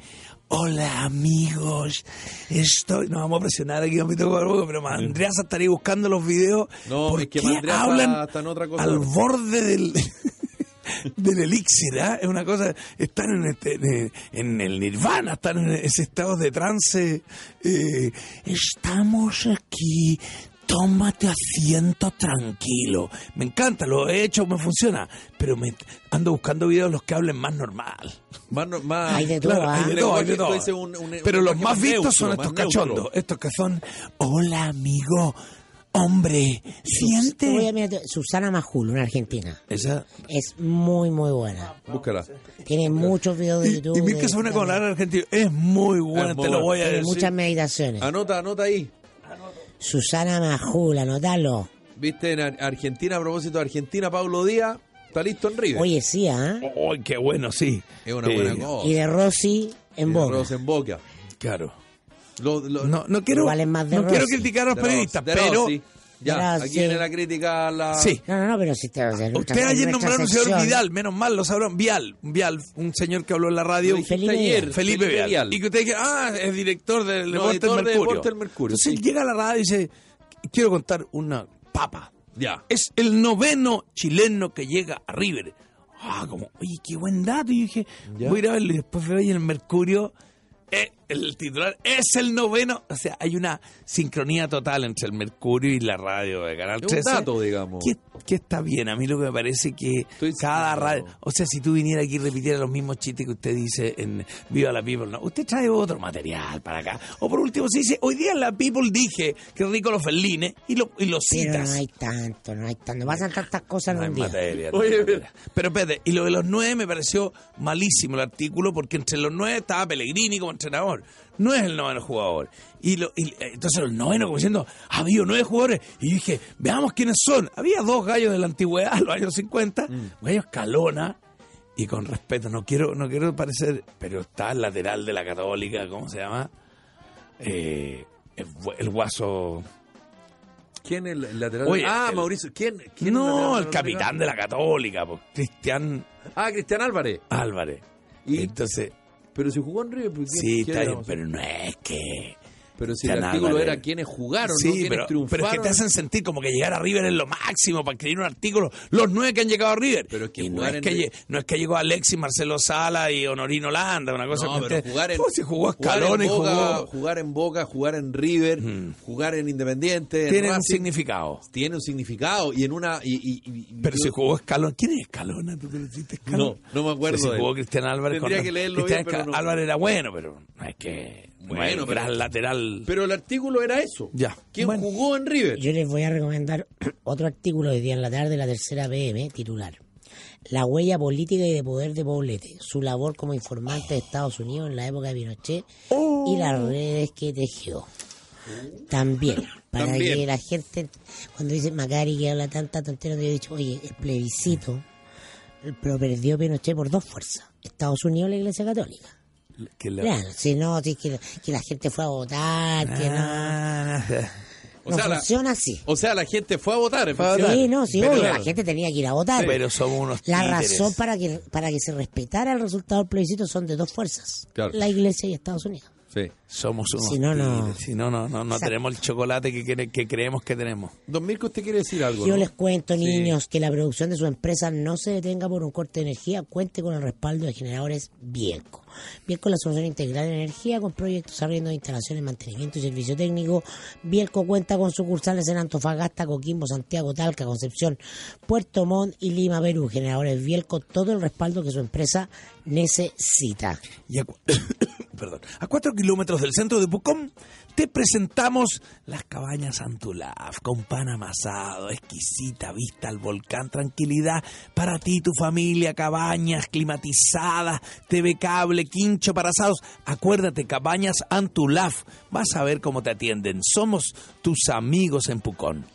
Speaker 2: Hola amigos, estoy. Nos vamos a presionar aquí, Gambito Barbudo, pero Mandreasa estaría buscando los videos.
Speaker 1: No,
Speaker 2: ¿Por
Speaker 1: es que
Speaker 2: qué
Speaker 1: Mandreasa
Speaker 2: hablan
Speaker 1: está en otra cosa
Speaker 2: Al
Speaker 1: ahora.
Speaker 2: borde del. *laughs* Del elixir, ¿ah? es una cosa. Están en, este- en- en el nirvana, están en ese estado de trance. eh, estamos aquí, tómate asiento tranquilo. Me encanta, lo he hecho, me funciona. Pero me ando buscando videos los que hablen más normal.
Speaker 1: Más, no- más-
Speaker 3: Hay de todo,
Speaker 1: claro,
Speaker 3: ¿ah?
Speaker 1: hay de todo, hay de todo.
Speaker 2: Entonces, Pero los más vistos son estos cachondos. Estos que son, hola amigo, hombre,
Speaker 3: Te voy a
Speaker 2: siente.
Speaker 3: mirar- Susana Majul, una argentina.
Speaker 2: Esa.
Speaker 3: Es muy, muy buena.
Speaker 1: Búscala.
Speaker 3: Tiene muchos videos de
Speaker 2: Y,
Speaker 3: YouTube.
Speaker 2: y mira que
Speaker 3: de-
Speaker 2: suena con hablar argentino. Es muy buena,
Speaker 1: Es muy
Speaker 2: te lo
Speaker 1: buena.
Speaker 2: voy a
Speaker 3: Tiene
Speaker 2: decir.
Speaker 3: muchas meditaciones.
Speaker 2: Ah.
Speaker 1: Anota, anota ahí.
Speaker 3: Susana Majul, anótalo.
Speaker 1: Viste en Ar- Argentina, a propósito de Argentina, Pablo Díaz está listo en River.
Speaker 3: Oye, sí, ¿ah?
Speaker 2: Ay, Oh, qué bueno, sí.
Speaker 1: es una
Speaker 2: Eh,
Speaker 1: buena cosa.
Speaker 3: Y de Rosy en
Speaker 1: Boca.
Speaker 3: Boca.
Speaker 1: en Boca.
Speaker 2: Claro.
Speaker 1: Eh, Lo- lo-
Speaker 2: No, no quiero,
Speaker 3: Igual es más de
Speaker 2: no quiero
Speaker 3: Rossi.
Speaker 2: criticar a los
Speaker 1: de
Speaker 2: periodistas,
Speaker 1: Rossi, de
Speaker 2: pero.
Speaker 1: Rossi. Ya,
Speaker 3: Rossi.
Speaker 1: aquí viene la crítica a la...
Speaker 2: Sí.
Speaker 3: No, no, no, pero si te vas a hacer
Speaker 2: Ustedes ayer nombraron un señor Vidal, menos mal, lo sabrán. Vial, Vial, un señor que habló en la radio.
Speaker 1: Lo dijiste
Speaker 3: Felipe
Speaker 1: ayer,
Speaker 2: Felipe, Vial. Y que ustedes dijeron, ah, es director del
Speaker 1: No,
Speaker 2: Deportes
Speaker 1: editor de
Speaker 2: Mercurio.
Speaker 1: Deportes del Mercurio,
Speaker 2: Entonces
Speaker 1: sí.
Speaker 2: llega a la radio y dice, quiero contar una papa.
Speaker 1: Ya.
Speaker 2: Es el noveno chileno que llega a River. Ah, como, oye, qué buen dato. Y yo dije,
Speaker 1: Ya.
Speaker 2: voy a ir a verlo. Y después veo ahí en el Mercurio, eh, el titular es el noveno. O sea, hay una sincronía total entre el Mercurio y la radio de Canal
Speaker 1: Es un
Speaker 2: 13.
Speaker 1: dato, digamos.
Speaker 2: Que, que está bien. A mí lo que me parece que
Speaker 1: Estoy-
Speaker 2: cada
Speaker 1: no.
Speaker 2: radio... O sea, si tú vinieras aquí y repitieras los mismos chistes que usted dice en Viva la People, no. Usted trae otro material para acá. O por último, se dice, hoy día en la People dije que rico los felines y lo, y lo
Speaker 3: Pero
Speaker 2: citas.
Speaker 3: no hay tanto, no hay tanto. Pasan tantas cosas en
Speaker 2: No hay
Speaker 3: un día.
Speaker 2: materia, no
Speaker 1: Oye,
Speaker 2: hay materia. Pero espérate, y lo de los nueve me pareció malísimo el artículo porque entre los nueve estaba Pellegrini como entrenador. No es el noveno jugador. Y, lo, y, eh, entonces los noveno como diciendo, había nueve jugadores. Y yo dije, veamos quiénes son. Había dos gallos de la antigüedad, *laughs* los años 50, gallos Calona. Y con respeto, no quiero, no quiero parecer, pero está el lateral de la católica, ¿cómo se llama? Eh, el, bu- el guaso...
Speaker 1: ¿Quién es el lateral?
Speaker 2: Oye,
Speaker 1: ah,
Speaker 2: el-
Speaker 1: Mauricio. ¿Quién? quién
Speaker 2: No,
Speaker 1: es
Speaker 2: el capitán de la católica, pues, Cristian
Speaker 1: Ah, Cristian Álvarez.
Speaker 2: Álvarez.
Speaker 1: Y-
Speaker 2: Entonces,
Speaker 1: Pero si jugó pues, en River. ¿por qué-
Speaker 2: sí,
Speaker 1: qué
Speaker 2: está bien,
Speaker 1: digamos?
Speaker 2: pero no es que.
Speaker 1: Pero si el
Speaker 2: Cristian
Speaker 1: artículo
Speaker 2: Álvarez.
Speaker 1: era quienes jugaron, no
Speaker 2: sí,
Speaker 1: quienes
Speaker 2: pero,
Speaker 1: triunfaron.
Speaker 2: pero es que te hacen sentir como que llegar a River es lo máximo para escribir un artículo. Los nueve que han llegado a River.
Speaker 1: Pero es que
Speaker 2: Y no,
Speaker 1: jugar
Speaker 2: es
Speaker 1: en
Speaker 2: que
Speaker 1: River-
Speaker 2: lle- no es que llegó Alexis, Marcelo Sala y Honorino Landa, una cosa
Speaker 1: No,
Speaker 2: que
Speaker 1: pero
Speaker 2: usted-
Speaker 1: jugar en,
Speaker 2: ¿Cómo se jugó a
Speaker 1: jugar en
Speaker 2: Escalona y
Speaker 1: Boca,
Speaker 2: jugó? Mm.
Speaker 1: jugar en Boca, jugar en River, jugar en Independiente, en
Speaker 2: Tiene un
Speaker 1: Racing,
Speaker 2: significado.
Speaker 1: tiene un significado y en una y, y- y-
Speaker 2: Pero
Speaker 1: yo-
Speaker 2: si jugó Escalona. ¿Quién es Escalona? ¿Tú conociste Escalona?
Speaker 1: No, no me acuerdo
Speaker 2: Pues Si
Speaker 1: de él.
Speaker 2: jugó Cristian Álvarez.
Speaker 1: Tendría
Speaker 2: con-
Speaker 1: que leerlo
Speaker 2: Cristian
Speaker 1: bien, pero
Speaker 2: Esca-
Speaker 1: no.
Speaker 2: Álvarez era bueno, pero no es que. Bueno,
Speaker 1: Bueno, pero-
Speaker 2: gran lateral.
Speaker 1: pero el artículo era eso.
Speaker 2: Ya.
Speaker 1: ¿Quién
Speaker 2: Bueno.
Speaker 1: jugó en River?
Speaker 3: Yo les voy a recomendar *clears throat* otro artículo de día en la tarde, la tercera PM, titular. La huella política y de poder de Poblete, su labor como informante de Estados Unidos en la época de Pinochet y las redes que tejió. También, para
Speaker 1: También.
Speaker 3: que la gente, cuando dice Macari que habla tanta tontera, yo he dicho, oye, el plebiscito lo perdió Pinochet por dos fuerzas, Estados Unidos y la Iglesia Católica.
Speaker 2: que la-
Speaker 3: Claro, si no, si que, que la gente fue a votar, que no...
Speaker 2: Ah.
Speaker 1: O
Speaker 3: no
Speaker 1: sea, la-
Speaker 3: funciona así.
Speaker 1: O sea, la gente fue a votar.
Speaker 2: Fue a votar.
Speaker 1: efectivamente.
Speaker 3: Sí, no, sí,
Speaker 2: Pero-
Speaker 3: obvio, la gente tenía que ir a votar.
Speaker 2: Pero somos unos
Speaker 3: la
Speaker 2: títeres.
Speaker 3: razón para que para que se respetara el resultado del plebiscito son de dos fuerzas,
Speaker 1: Claro.
Speaker 3: la Iglesia y Estados Unidos.
Speaker 1: Sí.
Speaker 2: Somos unos
Speaker 3: Si no, no.
Speaker 2: títeres. Si no, no, no, no
Speaker 3: Exacto.
Speaker 2: tenemos el chocolate que, cre- que creemos que tenemos.
Speaker 1: Don Mirko, ¿usted quiere decir algo?
Speaker 3: Yo
Speaker 1: no?
Speaker 3: les cuento, niños, que la producción de su empresa no se detenga por un corte de energía, cuente con el respaldo de generadores Bienco. Bielco es la solución integral de energía con proyectos arriendo de instalaciones, mantenimiento y servicio técnico. Bielco cuenta con sucursales en Antofagasta, Coquimbo, Santiago, Talca, Concepción, Puerto Montt y Lima, Perú. Generadores Bielco, todo el respaldo que su empresa necesita.
Speaker 2: Y a, cu- *coughs* Perdón. a cuatro kilómetros del centro de Pucón te presentamos las cabañas Antulaf, con pan amasado, exquisita vista al volcán, tranquilidad para ti y tu familia, cabañas climatizadas, TV cable, quincho para asados. Acuérdate, cabañas Antulaf, vas a ver cómo te atienden. Somos tus amigos en Pucón.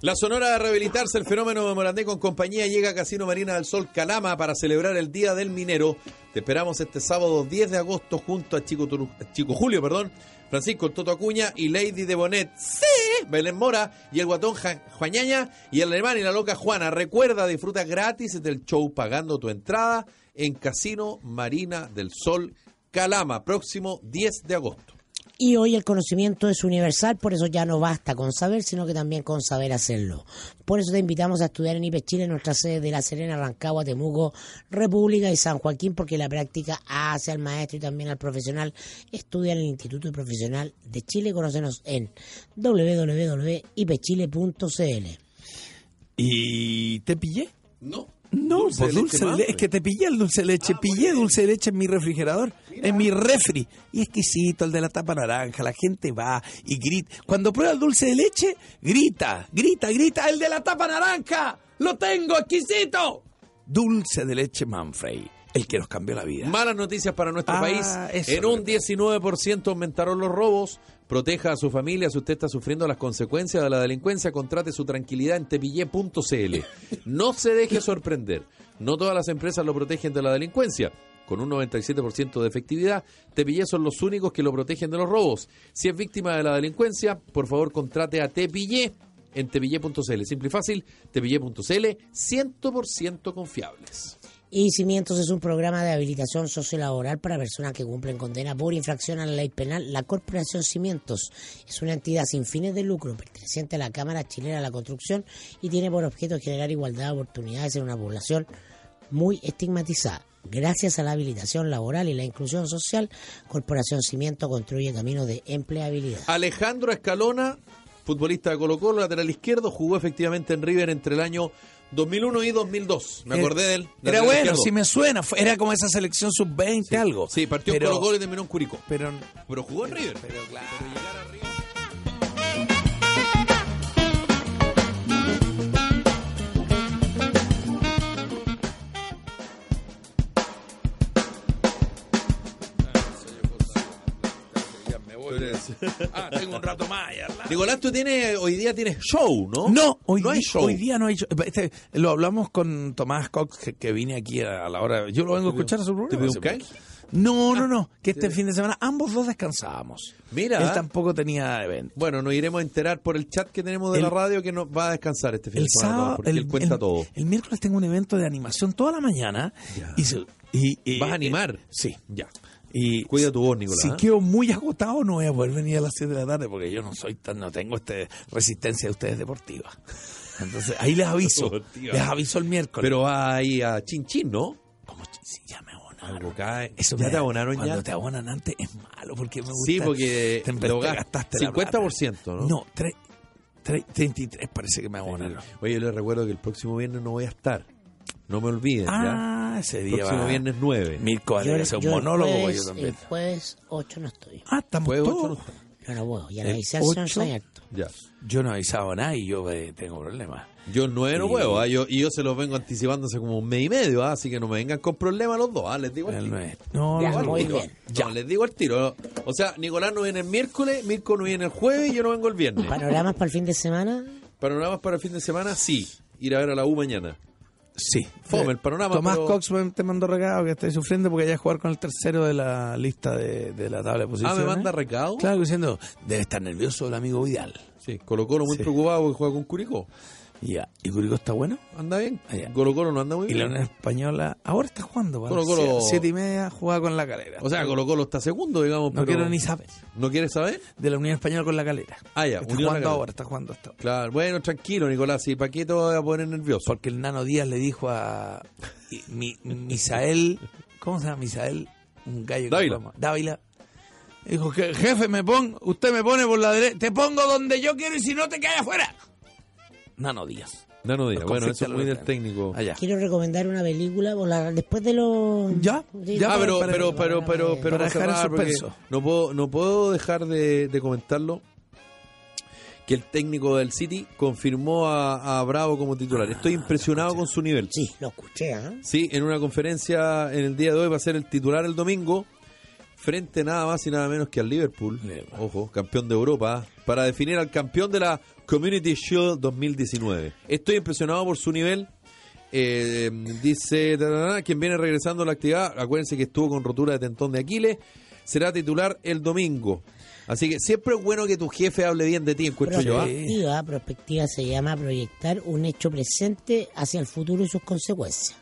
Speaker 1: La Sonora de rehabilitarse, el fenómeno de Morandé con compañía llega a Casino Marina del Sol Calama para celebrar el Día del Minero. Te esperamos este sábado 10 de agosto junto a Chico, Turu- Chico Julio, perdón, Francisco el Toto Acuña y Lady de Bonet. ¡Sí! Belén Mora y el guatón Ja- Juañaña y el alemán y la loca Juana. Recuerda, disfruta gratis del show pagando tu entrada en Casino Marina del Sol Calama, próximo 10 de agosto.
Speaker 3: Y hoy el conocimiento es universal, por eso ya no basta con saber, sino que también con saber hacerlo. Por eso te invitamos a estudiar en IPE Chile, en nuestra sede de La Serena, Rancagua, Temuco, República y San Joaquín, porque la práctica hace al maestro y también al profesional. Estudia en el Instituto Profesional de Chile, conócenos en E www.ipechile.cl.
Speaker 2: ¿Y te pillé?
Speaker 1: No.
Speaker 2: No, pues dulce de leche. Es que te pillé el dulce de leche.
Speaker 1: Ah,
Speaker 2: pillé dulce de leche en mi refrigerador, en mi refri. Y exquisito, el de la tapa naranja. La gente va y grita. Cuando prueba el dulce de leche, grita, grita, grita. ¡El de la tapa naranja! ¡Lo tengo, exquisito! Dulce de leche Manfrey. El que nos cambió la vida.
Speaker 1: Malas noticias para nuestro
Speaker 2: Ah,
Speaker 1: país.
Speaker 2: eso
Speaker 1: En
Speaker 2: lo
Speaker 1: un 19% aumentaron los robos. Proteja a su familia si usted está sufriendo las consecuencias de la delincuencia. Contrate su tranquilidad en tepillé.cl.
Speaker 2: *laughs*
Speaker 1: No se deje sorprender. No todas las empresas lo protegen de la delincuencia. Con un 97% de efectividad, Tepillé son los únicos que lo protegen de los robos. Si es víctima de la delincuencia, por favor contrate a Tepillé en tepillé.cl. Simple y fácil, tepillé.cl, 100% confiables.
Speaker 3: Y Cimientos es un programa de habilitación sociolaboral para personas que cumplen condena por infracción a la ley penal. La Corporación Cimientos es una entidad sin fines de lucro perteneciente a la Cámara Chilena de la Construcción y tiene por objeto generar igualdad de oportunidades en una población muy estigmatizada. Gracias a la habilitación laboral y la inclusión social, Corporación Cimientos construye caminos de empleabilidad.
Speaker 2: Ah,
Speaker 1: Alejandro Escalona, futbolista de Colo Colo, lateral izquierdo, jugó efectivamente en River entre el año 2001 y 2002. Me acordé de él.
Speaker 2: Eh, Era
Speaker 1: lateral
Speaker 2: bueno,
Speaker 1: izquierdo.
Speaker 2: si me suena. Fue- Era como esa selección sub-20 algo.
Speaker 1: Sí, partió en
Speaker 2: pero,
Speaker 1: Colo Colo y terminó en Curicó.
Speaker 2: Pero,
Speaker 1: Pero jugó en River.
Speaker 2: pero claro.
Speaker 1: Ah, tengo un rato más. ya, la- Nicolás, tú tienes, hoy día tienes show, ¿no?
Speaker 2: No, hoy,
Speaker 1: ¿Oh? no hay
Speaker 2: di-
Speaker 1: show.
Speaker 2: hoy día no hay show. Este, lo hablamos con Tomás Cox, que, que vine aquí a, a la hora. Yo lo vengo a escuchar a su
Speaker 1: ¿Te pidió
Speaker 2: programa.
Speaker 1: un canje?
Speaker 2: No, no, no. Que este fin de semana ambos dos descansábamos.
Speaker 1: Mira.
Speaker 2: Él tampoco tenía evento.
Speaker 1: Bueno, nos iremos a enterar por el chat que tenemos de
Speaker 2: El-
Speaker 1: la radio que nos va a descansar este fin
Speaker 2: El
Speaker 1: de semana. Tomás,
Speaker 2: sábado.
Speaker 1: porque
Speaker 2: El,
Speaker 1: él cuenta
Speaker 2: el-
Speaker 1: todo.
Speaker 2: el miércoles tengo un evento de animación toda la mañana. Y, se- y- y- eh,
Speaker 1: ¿Vas a animar?
Speaker 2: sí.
Speaker 1: Ya.
Speaker 2: Y
Speaker 1: Cuida tu voz, Nicolás,
Speaker 2: Si
Speaker 1: ¿eh?
Speaker 2: quedo muy agotado, no voy a poder venir a las 7 de la tarde porque yo no soy tan, no tengo este resistencia de ustedes deportiva. Entonces, ahí les aviso.
Speaker 1: *laughs* Deportiva.
Speaker 2: les aviso el miércoles.
Speaker 1: Pero va ahí a Chin Chin, ¿no?
Speaker 2: como ch- si ya me abonaron.
Speaker 1: Algo cae.
Speaker 2: Ah, Eso
Speaker 1: ya
Speaker 2: me
Speaker 1: te
Speaker 2: da-
Speaker 1: abonaron ya.
Speaker 2: Cuando te abonan antes es malo porque me gusta.
Speaker 1: Sí, porque
Speaker 2: te, te
Speaker 1: lo gas-
Speaker 2: gastaste la
Speaker 1: 50%,
Speaker 2: plata.
Speaker 1: ¿no?
Speaker 2: No, tre- tre- 33 parece que me abonaron.
Speaker 1: Oye, yo les recuerdo que el próximo viernes no voy a estar. No me olviden, ¿ya?
Speaker 2: Ah, ese
Speaker 1: El
Speaker 2: día
Speaker 1: próximo
Speaker 2: va.
Speaker 1: viernes 9.
Speaker 2: Mirko
Speaker 3: Yo-
Speaker 2: Valdés hace un
Speaker 3: yo eh, el
Speaker 2: monólogo
Speaker 3: jueves-
Speaker 2: yo también.
Speaker 3: El jueves 8 no estoy.
Speaker 2: Ah, estamos
Speaker 1: Jueves ocho,
Speaker 2: todos.
Speaker 1: no-
Speaker 3: No, no puedo. Ya
Speaker 2: El
Speaker 3: la hice al señor
Speaker 2: ocho.
Speaker 3: Sayarto.
Speaker 1: Ya.
Speaker 2: Yo no he avisado nada y yo eh, tengo problemas.
Speaker 1: Yo el 9 no
Speaker 2: Y-
Speaker 1: puedo, ¿ah? yo, y yo se los vengo anticipando hace como un mes y medio, ¿ah? así que no me vengan con problemas los dos, ¿ah? les digo al
Speaker 2: El
Speaker 1: tiro.
Speaker 2: nueve. No,
Speaker 3: Ya,
Speaker 2: no, no.
Speaker 1: Al
Speaker 3: muy
Speaker 1: tiro.
Speaker 3: bien.
Speaker 1: No, les digo al tiro. O sea, Nicolás no viene el miércoles, Mirko no viene el jueves y yo no vengo el viernes.
Speaker 3: ¿Panoramas para el fin de semana?
Speaker 1: Panoramas para el fin de semana, sí. Ir a ver a la U mañana.
Speaker 2: Sí. Eh,
Speaker 1: Fome el panorama,
Speaker 2: Tomás
Speaker 1: pero-
Speaker 2: Cox te mandó regalo que estoy sufriendo porque ya jugar con el tercero de la lista de, de la tabla de posiciones.
Speaker 1: Ah, manda recado?
Speaker 2: eh? Claro, diciendo, debe estar nervioso el amigo Vidal.
Speaker 1: Sí, Colo Colo muy
Speaker 2: Sí.
Speaker 1: preocupado porque juega con Curicó.
Speaker 2: Ya. ¿Y Curicó está bueno?
Speaker 1: Anda bien.
Speaker 2: Ah, ya.
Speaker 1: Colo Colo no anda muy
Speaker 2: Y
Speaker 1: bien.
Speaker 2: la Unión Española ahora está jugando. para
Speaker 1: Colo,
Speaker 2: las
Speaker 1: Colo.
Speaker 2: Siete y media jugaba con la calera.
Speaker 1: O sea, Colo Colo está segundo, digamos.
Speaker 2: no
Speaker 1: pero-
Speaker 2: quiero ni saber
Speaker 1: ¿No quieres saber?
Speaker 2: de la Unión Española con la calera.
Speaker 1: Ah, ya,
Speaker 2: Está
Speaker 1: Unión La
Speaker 2: jugando
Speaker 1: Calera.
Speaker 2: ahora, está jugando hasta ahora.
Speaker 1: Claro, bueno, tranquilo, Nicolás. ¿Y para qué te voy a poner nervioso?
Speaker 2: Porque el Nano Díaz le dijo a y- mi, Misael, ¿cómo se llama Misael? Un gallo. que
Speaker 1: Dávila.
Speaker 2: juega- Dávila. Dijo que jefe, me pon, usted me pone por la derecha, te pongo donde yo quiero y si no te quedas afuera. Nano Díaz.
Speaker 1: No, no diga.
Speaker 2: Los
Speaker 1: Bueno,
Speaker 2: conflictos
Speaker 1: eso es muy
Speaker 2: los
Speaker 1: del
Speaker 2: traen.
Speaker 1: técnico.
Speaker 2: Allá.
Speaker 3: Quiero recomendar una película por la- después de los...
Speaker 2: Ya,
Speaker 3: de-
Speaker 2: ya,
Speaker 1: Ah, pero,
Speaker 2: para- eh,
Speaker 1: pero, pero,
Speaker 3: para-
Speaker 1: pero, pero,
Speaker 2: para dejar en
Speaker 1: cerrar, porque
Speaker 2: suspenso.
Speaker 1: no puedo, no puedo dejar de, de comentarlo que el técnico del City confirmó a, a Bravo como titular. Estoy impresionado con su nivel.
Speaker 3: Sí, lo escuché, ¿ah?
Speaker 1: Sí, en una conferencia en el día de hoy va a ser el titular el domingo frente nada más y nada menos que al Liverpool,
Speaker 2: Liverpool.
Speaker 1: ojo, campeón de Europa, para definir al campeón de la Community Shield 2019. Estoy impresionado por su nivel. Eh, dice, ta, ta, ta, quien viene regresando a la actividad, acuérdense que estuvo con rotura de tentón de Aquiles, será titular el domingo. Así que siempre es bueno que tu jefe hable bien de ti,
Speaker 2: Pues
Speaker 1: encuentro yo. ¿ah?
Speaker 3: Prospectiva, prospectiva se llama proyectar un hecho presente hacia el futuro y sus consecuencias.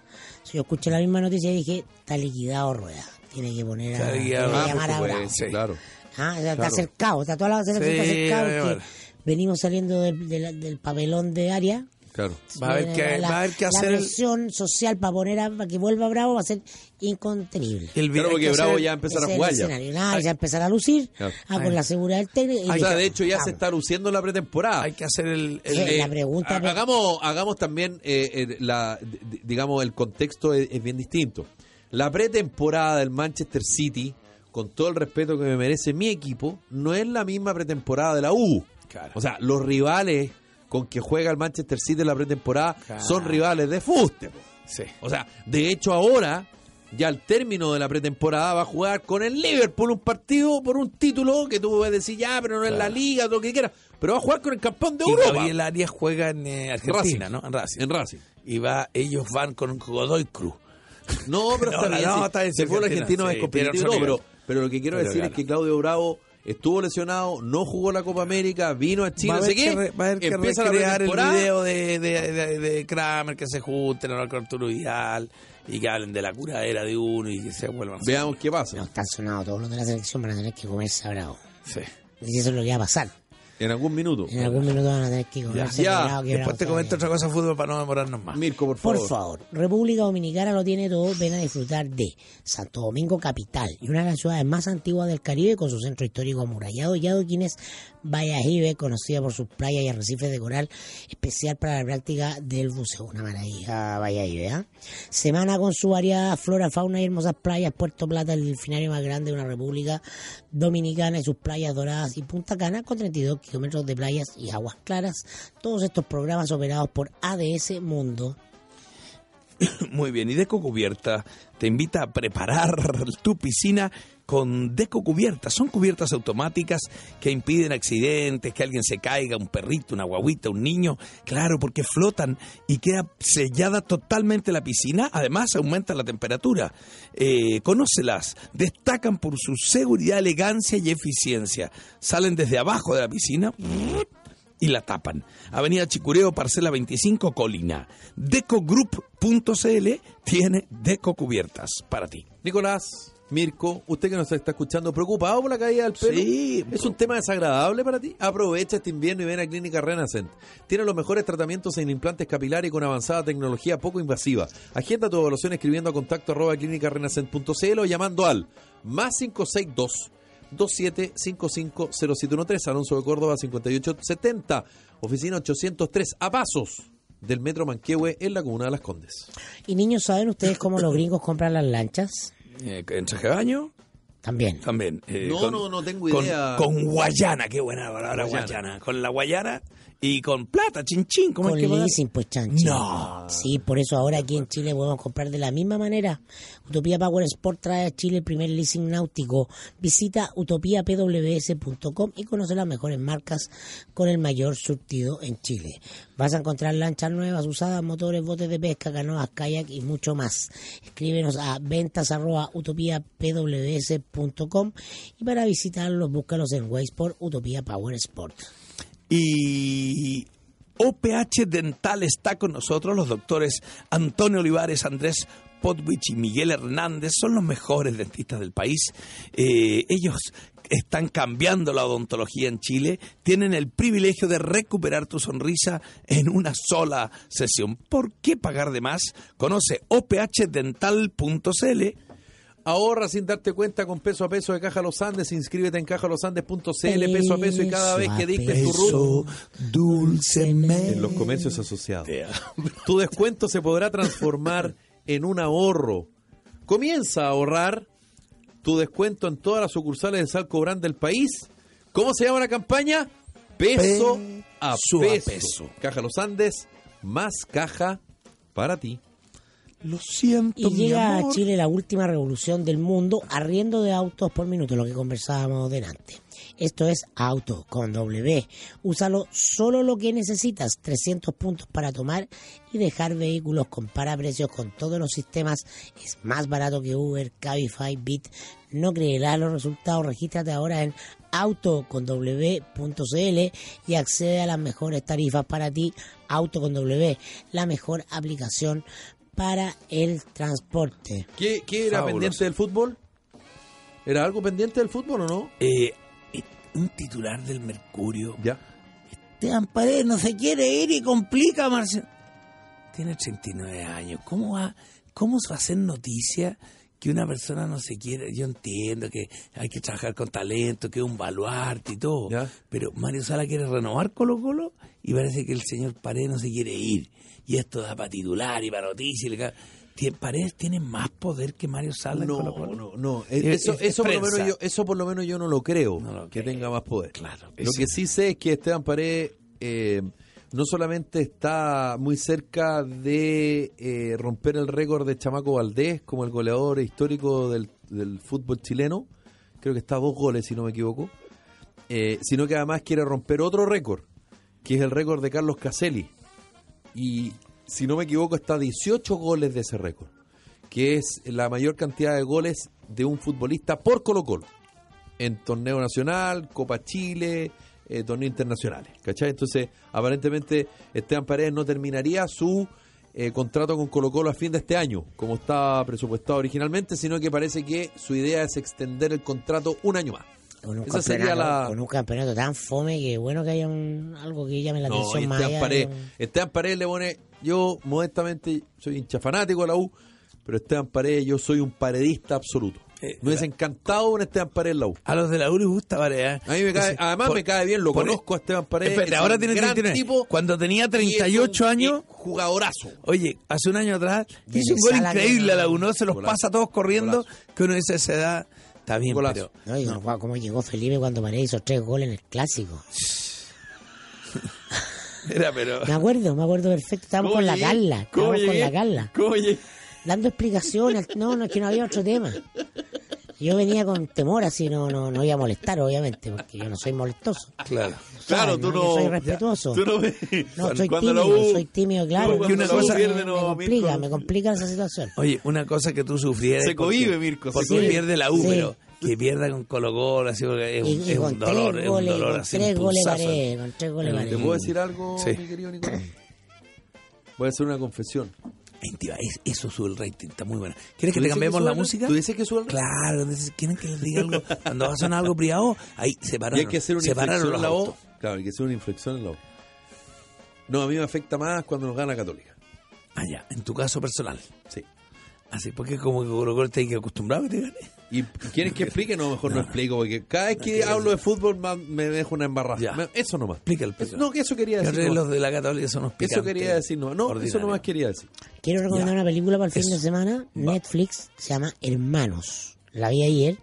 Speaker 3: Si yo escuché la misma noticia y dije, está liquidado Rueda. Tiene que poner a,
Speaker 2: Está
Speaker 3: tiene que
Speaker 2: liquidado,
Speaker 1: Ah, por
Speaker 3: llamar a
Speaker 1: supuesto,
Speaker 3: Bravo.
Speaker 2: Sí.
Speaker 1: claro.
Speaker 3: Ah, o sea, está
Speaker 1: Claro.
Speaker 3: cercado, está toda la selección
Speaker 2: Sí,
Speaker 3: está cercado.
Speaker 2: además.
Speaker 3: porque venimos saliendo del, del- del papelón de área.
Speaker 1: Claro.
Speaker 2: Va a haber que-
Speaker 3: la,
Speaker 2: va a haber que hacer el-
Speaker 3: La presión social para poner a, para que vuelva Bravo va a ser incontenible.
Speaker 1: Claro,
Speaker 2: El hay que
Speaker 1: porque Bravo
Speaker 2: hacer-
Speaker 1: ya empezará
Speaker 3: Ese
Speaker 1: a
Speaker 3: es
Speaker 1: jugar
Speaker 3: el
Speaker 1: ya.
Speaker 3: escenario. Nada, ya empezará a lucir
Speaker 1: Claro. Ah,
Speaker 3: ah, con la seguridad del técnico. y
Speaker 1: O sea,
Speaker 3: dije,
Speaker 1: de hecho ya se
Speaker 3: vamos.
Speaker 1: está luciendo la pretemporada.
Speaker 2: Hay que hacer el... el-
Speaker 3: Sí. la
Speaker 1: Eh,
Speaker 3: pregunta, pues.
Speaker 1: ha-
Speaker 3: pero-
Speaker 1: hagamos, hagamos también, eh, eh, la, d- d- digamos, el contexto es, es bien distinto. La pretemporada del Manchester City, con todo el respeto que me merece mi equipo, no es la misma pretemporada de la U.
Speaker 2: Claro.
Speaker 1: O sea, los rivales con que juega el Manchester City en la pretemporada
Speaker 2: Claro.
Speaker 1: son rivales de fuste. po.
Speaker 2: sí.
Speaker 1: O sea, de hecho ahora, ya al término de la pretemporada, va a jugar con el Liverpool un partido por un título que tú puedes decir, ya, pero no es la
Speaker 2: Claro.
Speaker 1: liga, todo lo que quieras. Pero va a jugar con el campeón de
Speaker 2: Y
Speaker 1: Europa.
Speaker 2: Gabriel Arias juega en eh, Argentina,
Speaker 1: Racing.
Speaker 2: ¿no? En Racing.
Speaker 1: En Racing.
Speaker 2: Y va, ellos van con Godoy Cruz.
Speaker 1: No,
Speaker 2: *laughs*
Speaker 1: pero
Speaker 2: No,
Speaker 1: está
Speaker 2: no,
Speaker 1: bien.
Speaker 2: no,
Speaker 1: sí.
Speaker 2: está bien,
Speaker 1: El fútbol
Speaker 2: Argentina,
Speaker 1: argentino
Speaker 2: sí,
Speaker 1: es competitivo,
Speaker 2: tiene otro
Speaker 1: pero,
Speaker 2: nivel.
Speaker 1: pero lo que quiero
Speaker 2: Pero
Speaker 1: decir
Speaker 2: gana.
Speaker 1: es que Claudio Bravo estuvo lesionado, no jugó la Copa América, vino a Chile,
Speaker 2: va a
Speaker 1: no
Speaker 2: haber
Speaker 1: sé
Speaker 2: que,
Speaker 1: qué.
Speaker 2: re- va a haber que
Speaker 1: empieza la
Speaker 2: recrear el
Speaker 1: pretemporada.
Speaker 2: video de, de- de- de Kramer que se junten, hablar con Arturo Vidal y que hablen de la curadera de uno y que se vuelvan a
Speaker 1: Veamos qué pasa.
Speaker 3: No, están sonados todos los de la selección, van a tener que comerse a Bravo.
Speaker 2: Sí.
Speaker 3: Y eso es lo que va a pasar.
Speaker 1: En algún minuto.
Speaker 3: En algún minuto van a tener que comerse
Speaker 1: Ya,
Speaker 3: a Bravo. que
Speaker 2: Después
Speaker 3: Bravo
Speaker 2: te
Speaker 3: está
Speaker 2: comento
Speaker 3: bien.
Speaker 2: otra cosa de fútbol para no demorarnos más.
Speaker 1: Mirko, por favor.
Speaker 3: Por favor, República Dominicana lo tiene todo, ven a disfrutar de Santo Domingo Capital y una de las ciudades más antiguas del Caribe con su centro histórico amurallado y adoquines Valladolid, conocida por sus playas y arrecifes de coral, especial para la práctica del buceo. Una maravilla Valladolid, ¿ah? Semana con su variada flora, fauna y hermosas playas, Puerto Plata, el delfinario más grande de una República Dominicana y sus playas doradas y Punta Cana con 32 kilómetros de playas y aguas claras. Todos estos programas operados por ADS Mundo.
Speaker 2: *laughs* Muy bien, y Deco Cubierta te invita a preparar tu piscina con Deco Cubierta. Son cubiertas automáticas que impiden accidentes, que alguien se caiga, un perrito, una guaguita, un niño. Claro, porque flotan y queda sellada totalmente la piscina. Además, aumenta la temperatura. Eh, conócelas, destacan por su seguridad, elegancia y eficiencia. Salen desde abajo de la piscina y la tapan. Avenida Chicureo, parcela 25, Colina. Decogroup.cl tiene Deco Cubiertas para ti.
Speaker 1: Nicolás, Mirko, usted que nos está escuchando, preocupado por la caída del pelo.
Speaker 2: Sí,
Speaker 1: ¿Es un tema desagradable para ti? Aprovecha este invierno y ven a Clínica Renacent. Tiene los mejores tratamientos en implantes capilares con avanzada tecnología poco invasiva. Agenda tu evaluación escribiendo a contacto arroba clínicarenacent.cl o llamando al más 562 27550713 Alonso de Córdoba 5870 Oficina 803 a pasos del Metro Manquehue en la Comuna de Las Condes.
Speaker 3: Y niños, ¿saben ustedes cómo los gringos compran las lanchas?
Speaker 2: Eh, en traje de baño
Speaker 3: También.
Speaker 2: también. eh,
Speaker 1: No, no, no tengo
Speaker 2: con-
Speaker 1: idea.
Speaker 2: Con, Guayana, qué buena palabra,
Speaker 1: Guayana.
Speaker 2: Guayana. Con la Guayana y con plata, chin chin. ¿cómo
Speaker 3: Con
Speaker 2: es que pagar?
Speaker 3: leasing, pues, chanchi.
Speaker 2: No.
Speaker 3: Sí, por eso ahora aquí en Chile podemos comprar de la misma manera. Utopía Power Sport trae a Chile el primer leasing náutico. Visita utopiapws.com y conoce las mejores marcas con el mayor surtido en Chile. Vas a encontrar lanchas nuevas, usadas, motores, botes de pesca, canoas, kayak y mucho más. Escríbenos a ventas arroba utopiapws.com y para visitarlos búscalos en Waysport Utopía Power Sport.
Speaker 2: Y OPH Dental está con nosotros, los doctores Antonio Olivares, Andrés Potwich y Miguel Hernández son los mejores dentistas del país. Eh, ellos están cambiando la odontología en Chile, tienen el privilegio de recuperar tu sonrisa en una sola sesión. ¿Por qué pagar de más? Conoce ophdental.cl.
Speaker 1: Ahorra sin darte cuenta con peso a peso de Caja Los Andes. Inscríbete en cajalosandes.cl, peso a peso, y cada vez
Speaker 3: Peso a
Speaker 1: que dictes tu
Speaker 3: peso.
Speaker 1: RUT
Speaker 2: Eso dulcemente.
Speaker 1: en los
Speaker 2: Eh.
Speaker 1: comercios asociados. Tu descuento se podrá
Speaker 2: *laughs*
Speaker 1: transformar en un ahorro. Comienza a ahorrar tu descuento en todas las sucursales de Salco Brand del país. ¿Cómo se llama la campaña? Peso a
Speaker 2: Peso a
Speaker 1: peso.
Speaker 2: peso.
Speaker 1: Caja Los Andes, más caja para ti.
Speaker 2: *laughs* Lo siento,
Speaker 3: Y
Speaker 2: mi
Speaker 3: llega a
Speaker 2: amor.
Speaker 3: Chile la última revolución del mundo, arriendo de autos por minuto, lo que conversábamos delante. Esto es auto con W. Úsalo solo lo que necesitas, 300 puntos para tomar y dejar vehículos con precios con todos los sistemas. Es más barato que Uber, Cabify, Bit. No creerás los resultados. Regístrate ahora en autoconw.cl y accede a las mejores tarifas para ti. Auto con W, la mejor aplicación para el transporte.
Speaker 1: ¿Qué, qué era
Speaker 2: Fabuloso.
Speaker 1: pendiente del fútbol? ¿Era algo pendiente del fútbol o no?
Speaker 2: Eh, eh, un titular del Mercurio.
Speaker 1: Ya.
Speaker 2: Esteban Paredes no se quiere ir y complica, Marcelo. Tiene 39 años. ¿Cómo va, ¿Cómo se va a hacer noticia que una persona no se quiere? Yo entiendo que hay que trabajar con talento, que es un baluarte y todo.
Speaker 1: Ya.
Speaker 2: Pero Mario Sala quiere renovar Colo Colo y parece que el señor Paredes no se quiere ir. Y esto da para titular y para noticia. Y le ca- Tie- Paredes tiene más poder que Mario Sala en
Speaker 1: No,
Speaker 2: Colo Colo.
Speaker 1: no, no. E,
Speaker 2: Es-
Speaker 1: Eso,
Speaker 2: es- es
Speaker 1: eso, por lo menos
Speaker 2: prensa.
Speaker 1: yo, eso por lo menos yo no lo creo,
Speaker 2: No lo
Speaker 1: que
Speaker 2: creo.
Speaker 1: tenga más poder.
Speaker 2: Claro,
Speaker 1: Lo
Speaker 2: eso-
Speaker 1: que sí sé es que Esteban Paredes eh, no solamente está muy cerca de eh, romper el récord de Chamaco Valdés como el goleador histórico del, del fútbol chileno, creo que está a dos goles si no me equivoco, eh, sino que además quiere romper otro récord, que es el récord de Carlos Caselli. Y si no me equivoco está a 18 goles de ese récord, que es la mayor cantidad de goles de un futbolista por Colo Colo en torneo nacional, Copa Chile, eh, torneos internacionales. ¿Cachai? Entonces, aparentemente, Esteban Paredes no terminaría su eh, contrato con Colo Colo a fin de este año, como estaba presupuestado originalmente, sino que parece que su idea es extender el contrato un año más.
Speaker 3: Con un,
Speaker 1: Esa sería
Speaker 3: campeonato,
Speaker 1: la-
Speaker 3: con un campeonato tan fome que bueno que haya un- algo que llame la
Speaker 1: No,
Speaker 3: atención
Speaker 1: y
Speaker 3: más allá
Speaker 1: Esteban
Speaker 3: de
Speaker 1: Paredes,
Speaker 3: un-
Speaker 1: Esteban Paredes le pone, yo modestamente soy hincha fanático de la U, pero Esteban Paredes, yo soy un paredista absoluto.
Speaker 2: Eh,
Speaker 1: Me hubiese encantado un Esteban Paredes en la U.
Speaker 2: A los de la U les gusta Paredes. ¿eh?
Speaker 1: A mí me cae,
Speaker 2: Entonces,
Speaker 1: además
Speaker 2: por-
Speaker 1: me cae bien, lo
Speaker 2: por-
Speaker 1: conozco a Esteban Paredes.
Speaker 2: Espérate,
Speaker 1: es
Speaker 2: ahora
Speaker 1: un
Speaker 2: tiene
Speaker 1: gran
Speaker 2: 39.
Speaker 1: tipo.
Speaker 2: Cuando tenía 38
Speaker 1: Y es un-
Speaker 2: años,
Speaker 1: es Jugadorazo.
Speaker 2: oye, hace un año atrás
Speaker 3: Y
Speaker 2: hizo un gol
Speaker 3: Sala
Speaker 2: increíble
Speaker 3: que-
Speaker 2: a la U, ¿no? Se los
Speaker 1: Golazo.
Speaker 2: pasa a todos corriendo,
Speaker 1: Golazo.
Speaker 2: que uno dice a esa edad, está bien,
Speaker 1: Golazo.
Speaker 2: pero...
Speaker 3: No, y guau, cómo llegó Felipe cuando Paredes hizo tres goles en el clásico.
Speaker 2: Era, pero...
Speaker 3: Me acuerdo, me acuerdo perfecto. Estábamos con la Carla, estábamos con la Carla,
Speaker 2: Oye,
Speaker 3: dando explicaciones. No, no, es que no había otro tema. Yo venía con temor así, no, no, no iba a molestar, obviamente, porque yo no soy molestoso.
Speaker 2: claro.
Speaker 3: Claro, tú no. Soy respetuoso.
Speaker 1: Tú no ves.
Speaker 3: No, soy
Speaker 1: Cuando la
Speaker 3: tímido,
Speaker 1: U-
Speaker 3: soy tímido, claro.
Speaker 1: Porque
Speaker 2: una
Speaker 3: Sí,
Speaker 2: cosa-
Speaker 3: me, me
Speaker 1: pierde, no,
Speaker 3: complica,
Speaker 1: Mirko.
Speaker 3: me complica esa situación.
Speaker 2: Oye, una cosa que tú sufrieras...
Speaker 1: Se
Speaker 2: porque-
Speaker 1: cohibe, Mirko, se
Speaker 2: Porque
Speaker 3: cohibe.
Speaker 2: pierde la U,
Speaker 3: Sí.
Speaker 2: pero que pierda con Colo Colo, así, porque es,
Speaker 3: Y,
Speaker 2: un-
Speaker 3: y
Speaker 2: es
Speaker 3: con
Speaker 2: un dolor,
Speaker 3: tres
Speaker 2: es un
Speaker 3: goles,
Speaker 2: dolor
Speaker 3: con
Speaker 2: así, un
Speaker 3: tres goles
Speaker 2: pulsazo.
Speaker 3: Paredes, con tres goles
Speaker 1: ¿Te
Speaker 3: Paredes.
Speaker 1: puedo decir algo,
Speaker 2: Sí.
Speaker 1: mi querido Nicolás? Voy a hacer una confesión.
Speaker 2: Mentira, es- eso sube el rating, está muy bueno. ¿Quieres que
Speaker 1: ¿Tú
Speaker 2: te
Speaker 1: dices
Speaker 2: cambiemos
Speaker 1: que
Speaker 2: la
Speaker 1: suena?
Speaker 2: música?
Speaker 1: ¿Tú dices que suena?
Speaker 2: Claro, entonces quieren que les diga algo. Cuando va a sonar algo privado, ahí separaron.
Speaker 1: Y hay que hacer una
Speaker 2: separaron
Speaker 1: inflexión
Speaker 2: los
Speaker 1: en la voz.
Speaker 2: autos.
Speaker 1: Claro, hay que hacer una inflexión en la voz. No, a mí me afecta más cuando nos gana Católica.
Speaker 2: Ah, ya, en tu caso personal.
Speaker 1: Sí.
Speaker 2: Así, porque como que Colo Colo te hay que acostumbrado a que te gane.
Speaker 1: ¿Y quieres que explique? No,
Speaker 2: *laughs*
Speaker 1: mejor no, explico, porque cada vez que
Speaker 2: No, que-
Speaker 1: hablo de fútbol ma- me dejo una embarrada.
Speaker 2: Ya.
Speaker 1: Me- Eso nomás.
Speaker 2: Explica el peso.
Speaker 1: No, que eso quería
Speaker 2: Que
Speaker 1: decir. nomás.
Speaker 2: los de la Católica son los picantes.
Speaker 1: Eso quería decir nomás. No, eso nomás quería decir.
Speaker 3: Quiero recomendar
Speaker 2: Ya.
Speaker 3: una película para el fin
Speaker 2: Eso.
Speaker 3: de semana.
Speaker 2: Va.
Speaker 3: Netflix se llama Hermanos. La vi ayer.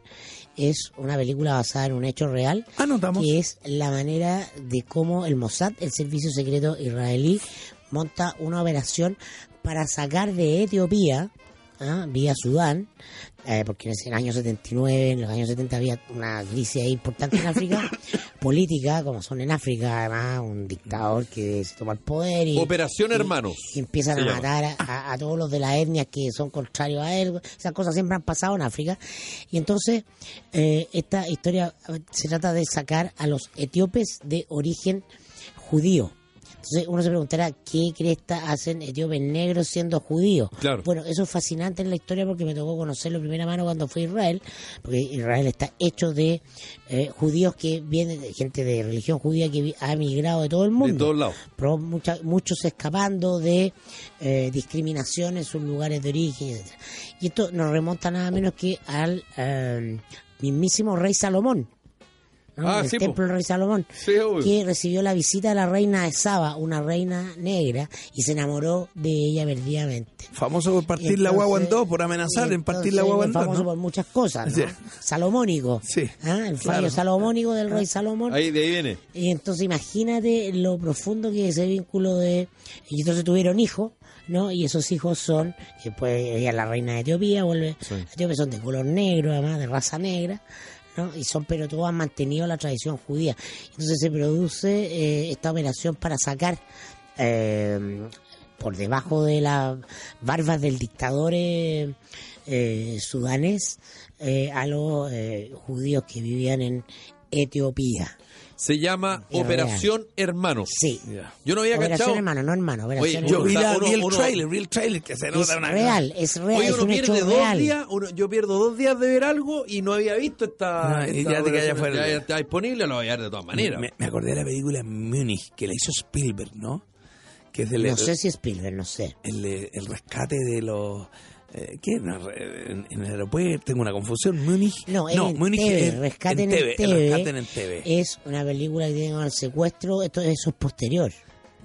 Speaker 3: Es una película basada en un hecho real.
Speaker 2: Anotamos.
Speaker 3: Que es la manera de cómo el Mossad, el servicio secreto israelí, monta una operación para sacar de Etiopía, ¿ah? vía Sudán, eh, porque en ese- en el año 79, en los años 70 había una crisis ahí importante en África, política, como son en África, además, un dictador que se toma el poder y...
Speaker 1: Operación Hermanos.
Speaker 3: Y empiezan
Speaker 1: Se
Speaker 3: a
Speaker 1: llama.
Speaker 3: matar a, a- a todos los de la etnia que son contrarios a él. Esas cosas siempre han pasado en África. Y entonces, eh, esta historia eh, se trata de sacar a los etíopes de origen judío. Entonces uno se preguntará, ¿qué cresta hacen etíopes negros siendo judíos?
Speaker 1: Claro.
Speaker 3: Bueno, eso es fascinante en la historia porque me tocó conocerlo de primera mano cuando fui a Israel, porque Israel está hecho de eh, judíos que vienen, gente de religión judía que vi- ha emigrado de todo el mundo
Speaker 1: De todos lados.
Speaker 3: pro- mucha- muchos escapando de eh, discriminación en sus lugares de origen. etc. Y esto nos remonta nada menos que al eh, mismísimo rey Salomón, ¿no?
Speaker 1: Ah,
Speaker 3: el
Speaker 1: sí, po.
Speaker 3: templo del rey Salomón,
Speaker 1: Sí, obvio.
Speaker 3: que recibió la visita de la reina de Saba, una reina negra, y se enamoró de ella perdidamente.
Speaker 2: Famoso por partir la
Speaker 3: Entonces-
Speaker 2: guagua en dos, por amenazar en partir la
Speaker 3: entonces,
Speaker 2: guagua en
Speaker 3: es
Speaker 2: dos.
Speaker 3: famoso
Speaker 2: ¿no?
Speaker 3: por muchas cosas, ¿no?
Speaker 2: Sí.
Speaker 3: Salomónico.
Speaker 2: Sí,
Speaker 3: ¿ah? El fallo
Speaker 2: claro. Ah,
Speaker 3: salomónico del rey Salomón.
Speaker 1: Ahí, de ahí viene.
Speaker 3: Y entonces imagínate lo profundo que es ese vínculo de... Y entonces tuvieron hijos, ¿no? Y esos hijos son, que pues ella es la reina de Etiopía, vuelve...
Speaker 1: Sí.
Speaker 3: Etiopía son de color negro, además, de raza negra, ¿no? y son pero todos han mantenido la tradición judía. Entonces se produce eh, esta operación para sacar eh, por debajo de las barbas del dictador eh, eh, sudanés eh, a los eh, judíos que vivían en Etiopía.
Speaker 1: Se llama
Speaker 3: Ya,
Speaker 1: Operación Hermanos.
Speaker 3: Sí.
Speaker 1: Yo no había
Speaker 3: Operación
Speaker 1: cachado.
Speaker 3: hermano, no hermano. Operación
Speaker 1: Oye,
Speaker 2: Yo
Speaker 1: Uno
Speaker 2: vi,
Speaker 1: está-
Speaker 3: hermano.
Speaker 2: la,
Speaker 1: uno-
Speaker 2: vi el
Speaker 1: uno-
Speaker 2: trailer, vi el trailer que se
Speaker 3: Es
Speaker 2: nota una
Speaker 3: real, es real,
Speaker 1: Oye,
Speaker 3: es
Speaker 1: uno
Speaker 3: un hecho
Speaker 1: pierde dos
Speaker 3: real.
Speaker 1: días. uno- yo pierdo dos días de ver algo y no había visto esta.
Speaker 2: No, y
Speaker 1: esta
Speaker 2: ya te queda
Speaker 1: operación.
Speaker 2: fuera.
Speaker 1: Ya está disponible, lo voy a ver de todas maneras.
Speaker 2: Me, me acordé de la película Munich que la hizo Spielberg, ¿no? Que es del,
Speaker 3: No sé si es Spielberg, no sé.
Speaker 2: el, eh, el rescate de los. eh, ¿Qué? No, re- en, en el aeropuerto, tengo una confusión. Múnich.
Speaker 3: No, es en Entebbe, Rescate en eh,
Speaker 2: Entebbe, el
Speaker 3: Entebbe.
Speaker 2: rescate en Entebbe.
Speaker 3: Es una película que tiene con el secuestro, esto, eso es posterior.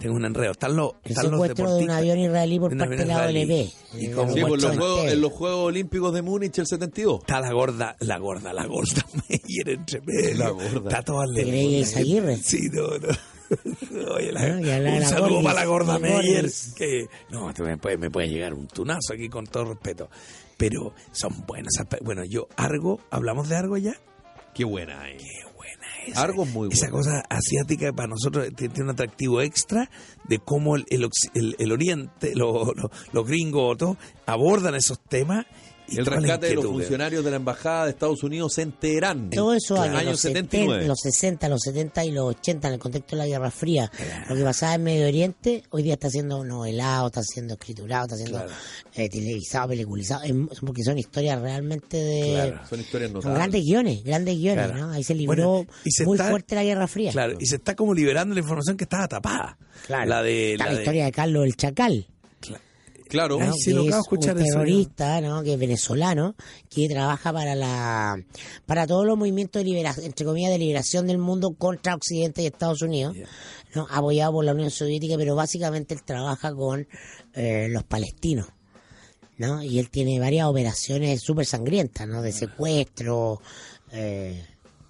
Speaker 2: Tengo un enredo. Están los,
Speaker 3: El
Speaker 2: están los
Speaker 3: secuestro de un
Speaker 2: deportistas.
Speaker 3: avión israelí por
Speaker 2: Un
Speaker 3: parte de
Speaker 2: avión
Speaker 3: la OLP.
Speaker 2: israelí. Y como
Speaker 1: Sí,
Speaker 2: Como
Speaker 1: por los
Speaker 2: Chon.
Speaker 1: juegos, en los Juegos Olímpicos de Múnich el 72.
Speaker 2: Está la gorda, la gorda, la gorda *laughs* Meyer entre medio.
Speaker 1: La gorda.
Speaker 2: Está toda
Speaker 3: ¿Te creías
Speaker 2: la-
Speaker 3: Aguirre?
Speaker 2: Sí, no, no. *laughs* Oye, la-
Speaker 3: No, y hablar a
Speaker 2: un
Speaker 3: la
Speaker 2: saludo
Speaker 3: Gordis,
Speaker 2: para la gorda
Speaker 3: la
Speaker 2: Meyer.
Speaker 3: Gordis.
Speaker 2: Que, no, tú me, puede, me puede llegar un tunazo aquí con todo respeto. Pero son buenas. esas pe- Bueno, yo, Argo, ¿hablamos de Argo ya?
Speaker 1: Qué buena, eh.
Speaker 2: Qué buena esa.
Speaker 1: Argo es muy
Speaker 2: Esa
Speaker 1: bueno.
Speaker 2: cosa asiática para nosotros tiene tiene un atractivo extra de cómo el, el occ- el- el oriente, lo- lo- los gringos, todo, abordan esos temas. y
Speaker 1: El
Speaker 2: toda la
Speaker 1: rescate de los
Speaker 2: inquietud.
Speaker 1: funcionarios de la Embajada de Estados Unidos en Teherán.
Speaker 3: Todos esos años,
Speaker 1: Año
Speaker 3: los,
Speaker 1: 79.
Speaker 3: 70, los 60, los 70 y los 80, en el contexto de la Guerra Fría, lo que pasaba en Medio Oriente, hoy día está siendo novelado, está siendo escriturado, está siendo
Speaker 2: Claro.
Speaker 3: eh, televisado, peliculizado, em- porque son historias realmente de...
Speaker 2: Claro.
Speaker 1: Son historias
Speaker 3: Son
Speaker 1: notables.
Speaker 3: grandes guiones, grandes guiones,
Speaker 2: Claro.
Speaker 3: ¿no? Ahí se libró
Speaker 2: Bueno, y se
Speaker 3: muy
Speaker 2: está-
Speaker 3: fuerte la Guerra Fría.
Speaker 2: Claro, y se está como liberando la información que estaba tapada.
Speaker 3: Claro.
Speaker 2: La de.
Speaker 3: Está
Speaker 2: la
Speaker 3: la
Speaker 2: de-
Speaker 3: historia de Carlos el Chacal.
Speaker 2: Cla-
Speaker 1: Claro.
Speaker 2: Ay,
Speaker 3: ¿no?
Speaker 2: sí,
Speaker 3: que
Speaker 2: lo acabo de
Speaker 3: es
Speaker 2: escuchar
Speaker 3: un
Speaker 2: eso,
Speaker 3: terrorista, ¿no? Que es venezolano, que trabaja para la para todos los movimientos de liberación, entre comillas, de liberación del mundo contra Occidente y Estados Unidos,
Speaker 2: Ya.
Speaker 3: ¿no? Apoyado por la Unión Soviética, pero básicamente él trabaja con eh, los palestinos. ¿no? Y él tiene varias operaciones súper sangrientas, ¿no? De secuestro, eh,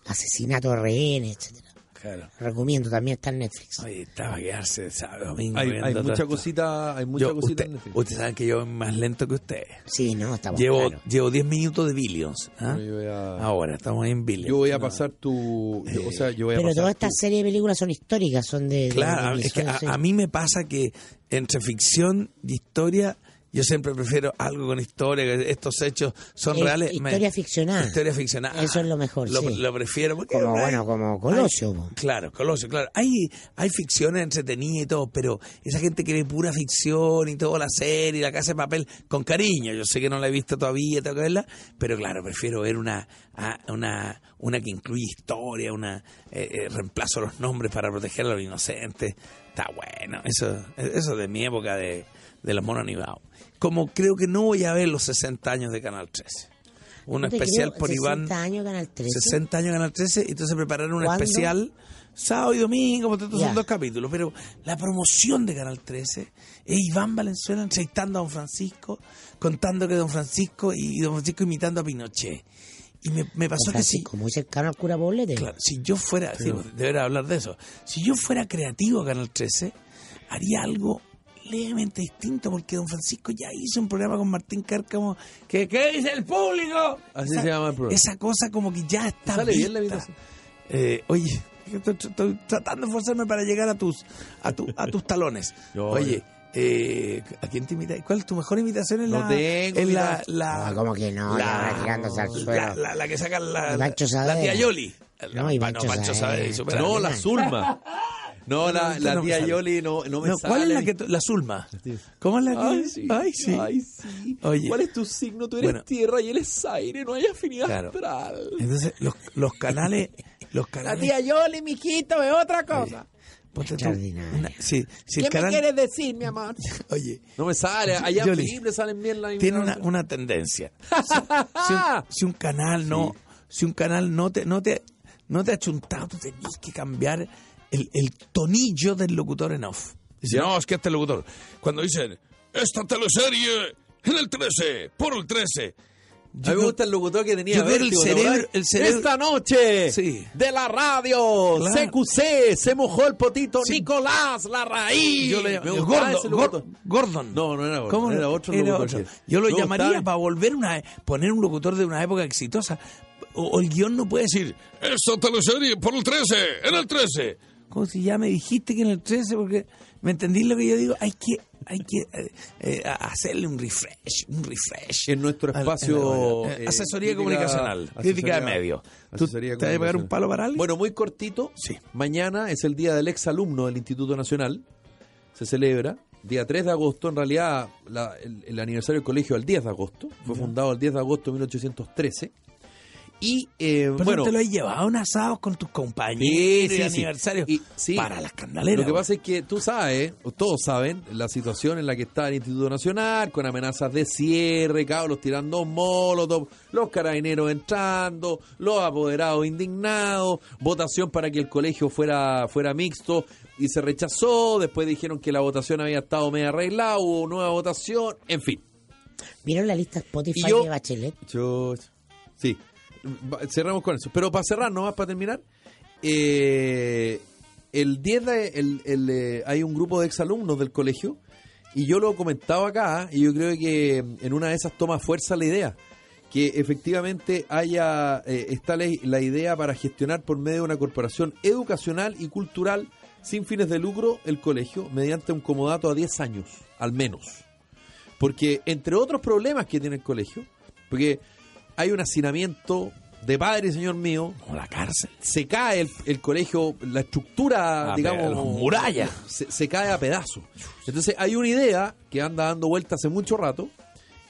Speaker 3: asesinato de rehenes, etcétera.
Speaker 2: Claro.
Speaker 3: Recomiendo, también está en Netflix.
Speaker 2: Oye, estaba a quedarse sábado, domingo.
Speaker 1: Hay,
Speaker 2: viendo
Speaker 1: hay
Speaker 2: todo
Speaker 1: mucha
Speaker 2: esto.
Speaker 1: cosita, hay mucha
Speaker 2: Yo,
Speaker 1: cosita
Speaker 2: usted,
Speaker 1: en Netflix.
Speaker 2: ustedes saben que yo soy más lento que ustedes.
Speaker 3: Sí, no, estamos
Speaker 2: Llevo,
Speaker 3: claros.
Speaker 2: llevo 10 minutos de Billions. ¿ah?
Speaker 1: Yo voy a-
Speaker 2: Ahora estamos en Billions.
Speaker 1: Yo voy a
Speaker 2: No.
Speaker 1: pasar tu. yo- o sea, yo voy a
Speaker 3: Pero
Speaker 1: pasar
Speaker 3: todas
Speaker 1: tu-
Speaker 3: estas series de películas son históricas, son de... de- de
Speaker 2: Claro, es que a,
Speaker 3: visuales, sí.
Speaker 2: a mí me pasa que entre ficción y historia, yo siempre prefiero algo con historia, que estos hechos son
Speaker 3: Es
Speaker 2: reales. me-
Speaker 3: historia ficcionada.
Speaker 2: Historia ficcionada.
Speaker 3: Eso es lo mejor,
Speaker 2: Lo,
Speaker 3: sí.
Speaker 2: lo prefiero. Porque
Speaker 3: Como,
Speaker 2: hay-
Speaker 3: bueno, como Colosio,
Speaker 2: hay-
Speaker 3: po.
Speaker 2: claro, Colosio, claro. Hay, hay ficciones entretenidas y todo, pero esa gente que ve pura ficción y todo, la serie, la casa de papel, con cariño. Yo sé que no la he visto todavía, tengo que verla, pero claro, prefiero ver una, a- una, una que incluye historia, una eh, eh, reemplazo los nombres para proteger a los inocentes. Está bueno, eso, eso de mi época de, de los monos animados. Como creo que no voy a ver los 60 años de Canal 13. Un
Speaker 3: No te
Speaker 2: especial
Speaker 3: creo,
Speaker 2: por
Speaker 3: 60
Speaker 2: Iván.
Speaker 3: años Canal 13.
Speaker 2: 60 años Canal 13, entonces prepararon un
Speaker 3: ¿Cuándo?
Speaker 2: especial sábado y domingo, por tanto
Speaker 3: Ya.
Speaker 2: son dos capítulos, pero la promoción de Canal 13 es Iván Valenzuela entrevistando a Don Francisco, contando que Don Francisco y Don Francisco imitando a Pinochet. Y me, me pasó
Speaker 3: Don
Speaker 2: que sí.
Speaker 3: Francisco, muy cercano al cura Poblete.
Speaker 2: Claro, si yo fuera, sí, pues, debería hablar de eso. Si yo fuera creativo a Canal 13, haría algo levemente distinto porque Don Francisco ya hizo un programa con Martín Cárcamo que ¿qué dice el público?
Speaker 1: Así
Speaker 2: Esa-
Speaker 1: se llama el programa.
Speaker 2: Esa cosa como que ya está
Speaker 1: Sale bien la
Speaker 2: vista.
Speaker 1: imitación.
Speaker 2: Eh, oye, estoy, estoy tratando de forzarme para llegar a tus a, tu- a tus talones.
Speaker 1: Yo-
Speaker 2: oye, eh, ¿a quién te imitas? ¿Cuál es tu mejor imitación en
Speaker 1: No
Speaker 2: la
Speaker 1: tengo Ah,
Speaker 2: en la,
Speaker 1: imitación.
Speaker 2: la-
Speaker 3: No, ¿cómo Ah, que no? Ya va tirándose al
Speaker 2: la,
Speaker 3: suelo.
Speaker 2: la- la que saca la, la,
Speaker 3: Pancho Saavedra.
Speaker 2: la tía Yoli.
Speaker 3: No, y Pancho Saavedra.
Speaker 2: Saavedra, supera.
Speaker 1: No,
Speaker 3: Dale,
Speaker 1: la
Speaker 3: dale.
Speaker 2: *laughs*
Speaker 1: Zulma. No, la,
Speaker 2: No,
Speaker 1: la
Speaker 2: no me
Speaker 1: tía
Speaker 2: sale.
Speaker 1: Yoli no, no me
Speaker 2: No,
Speaker 1: sale.
Speaker 2: ¿Cuál es la que tú- la Zulma? ¿Cómo es la que?
Speaker 1: Ay, sí.
Speaker 2: Ay, sí.
Speaker 1: Ay, sí.
Speaker 2: Oye.
Speaker 1: ¿Cuál es tu signo? Tú eres
Speaker 2: Bueno.
Speaker 1: tierra y él es aire. No hay afinidad
Speaker 2: Claro. Eh.
Speaker 1: astral.
Speaker 2: Entonces los, los canales, los canales.
Speaker 1: Yoli, mijito, es otra cosa.
Speaker 2: ponte tú,
Speaker 3: Extraordinario.
Speaker 2: una- sí, sí, el canal-
Speaker 1: decir, mi amor?
Speaker 2: Oye,
Speaker 1: No me sale. Allá en
Speaker 2: Yoli.
Speaker 1: Felipe salen bien ¡Ah! las
Speaker 2: tiene una,
Speaker 1: imitaciones.
Speaker 2: una tendencia. Si un, si un canal no, si un canal no te, no te, no te ha chuntado, tú tenés que cambiar el, el tonillo del locutor en off. Dice, no, es que este locutor. Cuando dicen, esta teleserie en el 13, por el 13.
Speaker 1: A mí me gusta el locutor que tenía.
Speaker 2: yo creo el
Speaker 1: vértigo, ¿te
Speaker 2: cerebro-
Speaker 1: acordás?
Speaker 2: el cerebro-
Speaker 1: Esta noche
Speaker 2: Sí.
Speaker 1: de la radio
Speaker 2: Claro.
Speaker 1: CQC se mojó el potito
Speaker 2: Sí.
Speaker 1: Nicolás Larraín.
Speaker 2: Yo le
Speaker 1: Me
Speaker 2: llamo
Speaker 1: gustaba
Speaker 2: Gordon,
Speaker 1: ese
Speaker 2: Gor-
Speaker 1: locutor.
Speaker 2: Gordon.
Speaker 1: No, no era Gordon,
Speaker 2: ¿Cómo no?
Speaker 1: era otro
Speaker 2: Era
Speaker 1: locutor
Speaker 2: otro.
Speaker 1: que-
Speaker 2: Yo lo
Speaker 1: No,
Speaker 2: llamaría
Speaker 1: estaba-
Speaker 2: para volver una poner un locutor de una época exitosa. O, o el guión no puede decir, esta teleserie por el 13, en el 13. Como si ya me dijiste que en el 13, porque me entendí lo que yo digo. Hay que, hay que eh, eh, hacerle un refresh, un refresh.
Speaker 1: En nuestro
Speaker 2: Al-
Speaker 1: espacio.
Speaker 2: en la-
Speaker 1: eh,
Speaker 2: asesoría
Speaker 1: crítica-
Speaker 2: comunicacional, crítica
Speaker 1: asesoría-
Speaker 2: de medios. ¿Tú te
Speaker 1: asesoría
Speaker 2: vas a pegar un
Speaker 1: comunicacional.
Speaker 2: palo para alguien?
Speaker 1: Bueno, muy cortito.
Speaker 2: Sí.
Speaker 1: Mañana es el día del exalumno del Instituto Nacional. Se celebra. Día 3 de agosto, en realidad la- el, el aniversario del colegio al 10 de agosto. Fue fundado el 10 de agosto de 1813. Y eh,
Speaker 2: Pero
Speaker 1: bueno,
Speaker 2: te lo has llevado en asados con tus compañeros
Speaker 1: Sí, sí,
Speaker 2: de
Speaker 1: sí.
Speaker 2: aniversario
Speaker 1: Y- sí.
Speaker 2: para las candeleras.
Speaker 1: Lo que
Speaker 2: güey.
Speaker 1: pasa es que tú sabes, o todos saben, la situación en la que está el Instituto Nacional, con amenazas de cierre, cabros tirando molotov, los carabineros entrando, los apoderados indignados, votación para que el colegio fuera, fuera mixto y se rechazó, después dijeron que la votación había estado medio arreglada, hubo nueva votación, en fin.
Speaker 3: ¿Vieron la lista Spotify
Speaker 1: Y yo-
Speaker 3: de Bachelet?
Speaker 1: Chuch. Sí. Va- Cerramos con eso. Pero para cerrar, nomás para terminar, eh, el 10 de- el, el, eh, hay un grupo de exalumnos del colegio y yo lo he comentado acá y yo creo que mm, en una de esas toma fuerza la idea. Que efectivamente haya eh, está la, la idea para gestionar por medio de una corporación educacional y cultural sin fines de lucro el colegio mediante un comodato a 10 años, al menos. Porque entre otros problemas que tiene el colegio, porque hay un hacinamiento de padre, señor mío,
Speaker 2: Como la cárcel.
Speaker 1: se cae el, el colegio, la estructura,
Speaker 2: Ah,
Speaker 1: digamos,
Speaker 2: pero las murallas.
Speaker 1: Se, se cae a pedazos. Entonces hay una idea que anda dando vuelta hace mucho rato,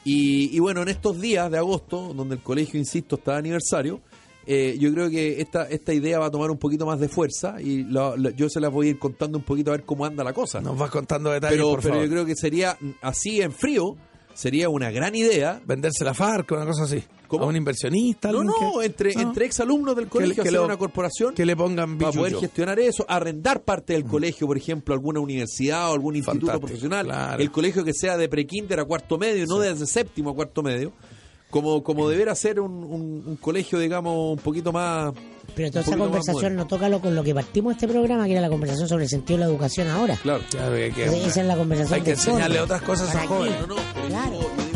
Speaker 1: y, y bueno, en estos días de agosto, donde el colegio, insisto, está de aniversario, eh, yo creo que esta, esta idea va a tomar un poquito más de fuerza y la- la- yo se las voy a ir contando un poquito a ver cómo anda la cosa
Speaker 2: Nos vas contando detalles,
Speaker 1: pero,
Speaker 2: por
Speaker 1: pero
Speaker 2: favor.
Speaker 1: yo creo que sería mm, así en frío, sería una gran idea.
Speaker 2: Venderse la FARC, una cosa así.
Speaker 1: ¿Cómo?
Speaker 2: A un inversionista.
Speaker 1: No,
Speaker 2: alguien
Speaker 1: no,
Speaker 2: que-
Speaker 1: entre,
Speaker 2: No.
Speaker 1: entre exalumnos del colegio,
Speaker 2: que
Speaker 1: hacer
Speaker 2: lo-
Speaker 1: una corporación
Speaker 2: que le pongan
Speaker 1: para poder
Speaker 2: billuyo.
Speaker 1: gestionar eso, arrendar parte del colegio, por ejemplo, alguna universidad o algún instituto
Speaker 2: Fantástico,
Speaker 1: profesional,
Speaker 2: claro.
Speaker 1: el colegio que sea de prekinder a cuarto medio, no desde séptimo a cuarto medio, como,
Speaker 2: Mm.
Speaker 1: como deber ser un, un- un colegio, digamos, un poquito más...
Speaker 3: Pero
Speaker 1: un
Speaker 3: toda esa
Speaker 1: poquito más
Speaker 3: conversación
Speaker 1: moderno.
Speaker 3: no toca lo con lo que partimos este programa, que era la conversación sobre el sentido de la educación ahora.
Speaker 1: Claro.
Speaker 2: Claro que hay que-
Speaker 3: Esa es la conversación
Speaker 2: Hay que
Speaker 3: de fondo.
Speaker 2: enseñarle otras cosas a
Speaker 3: ¿Para
Speaker 2: jóvenes.
Speaker 3: qué?
Speaker 1: No, no, pero yo
Speaker 3: Claro.
Speaker 1: digo- yo digo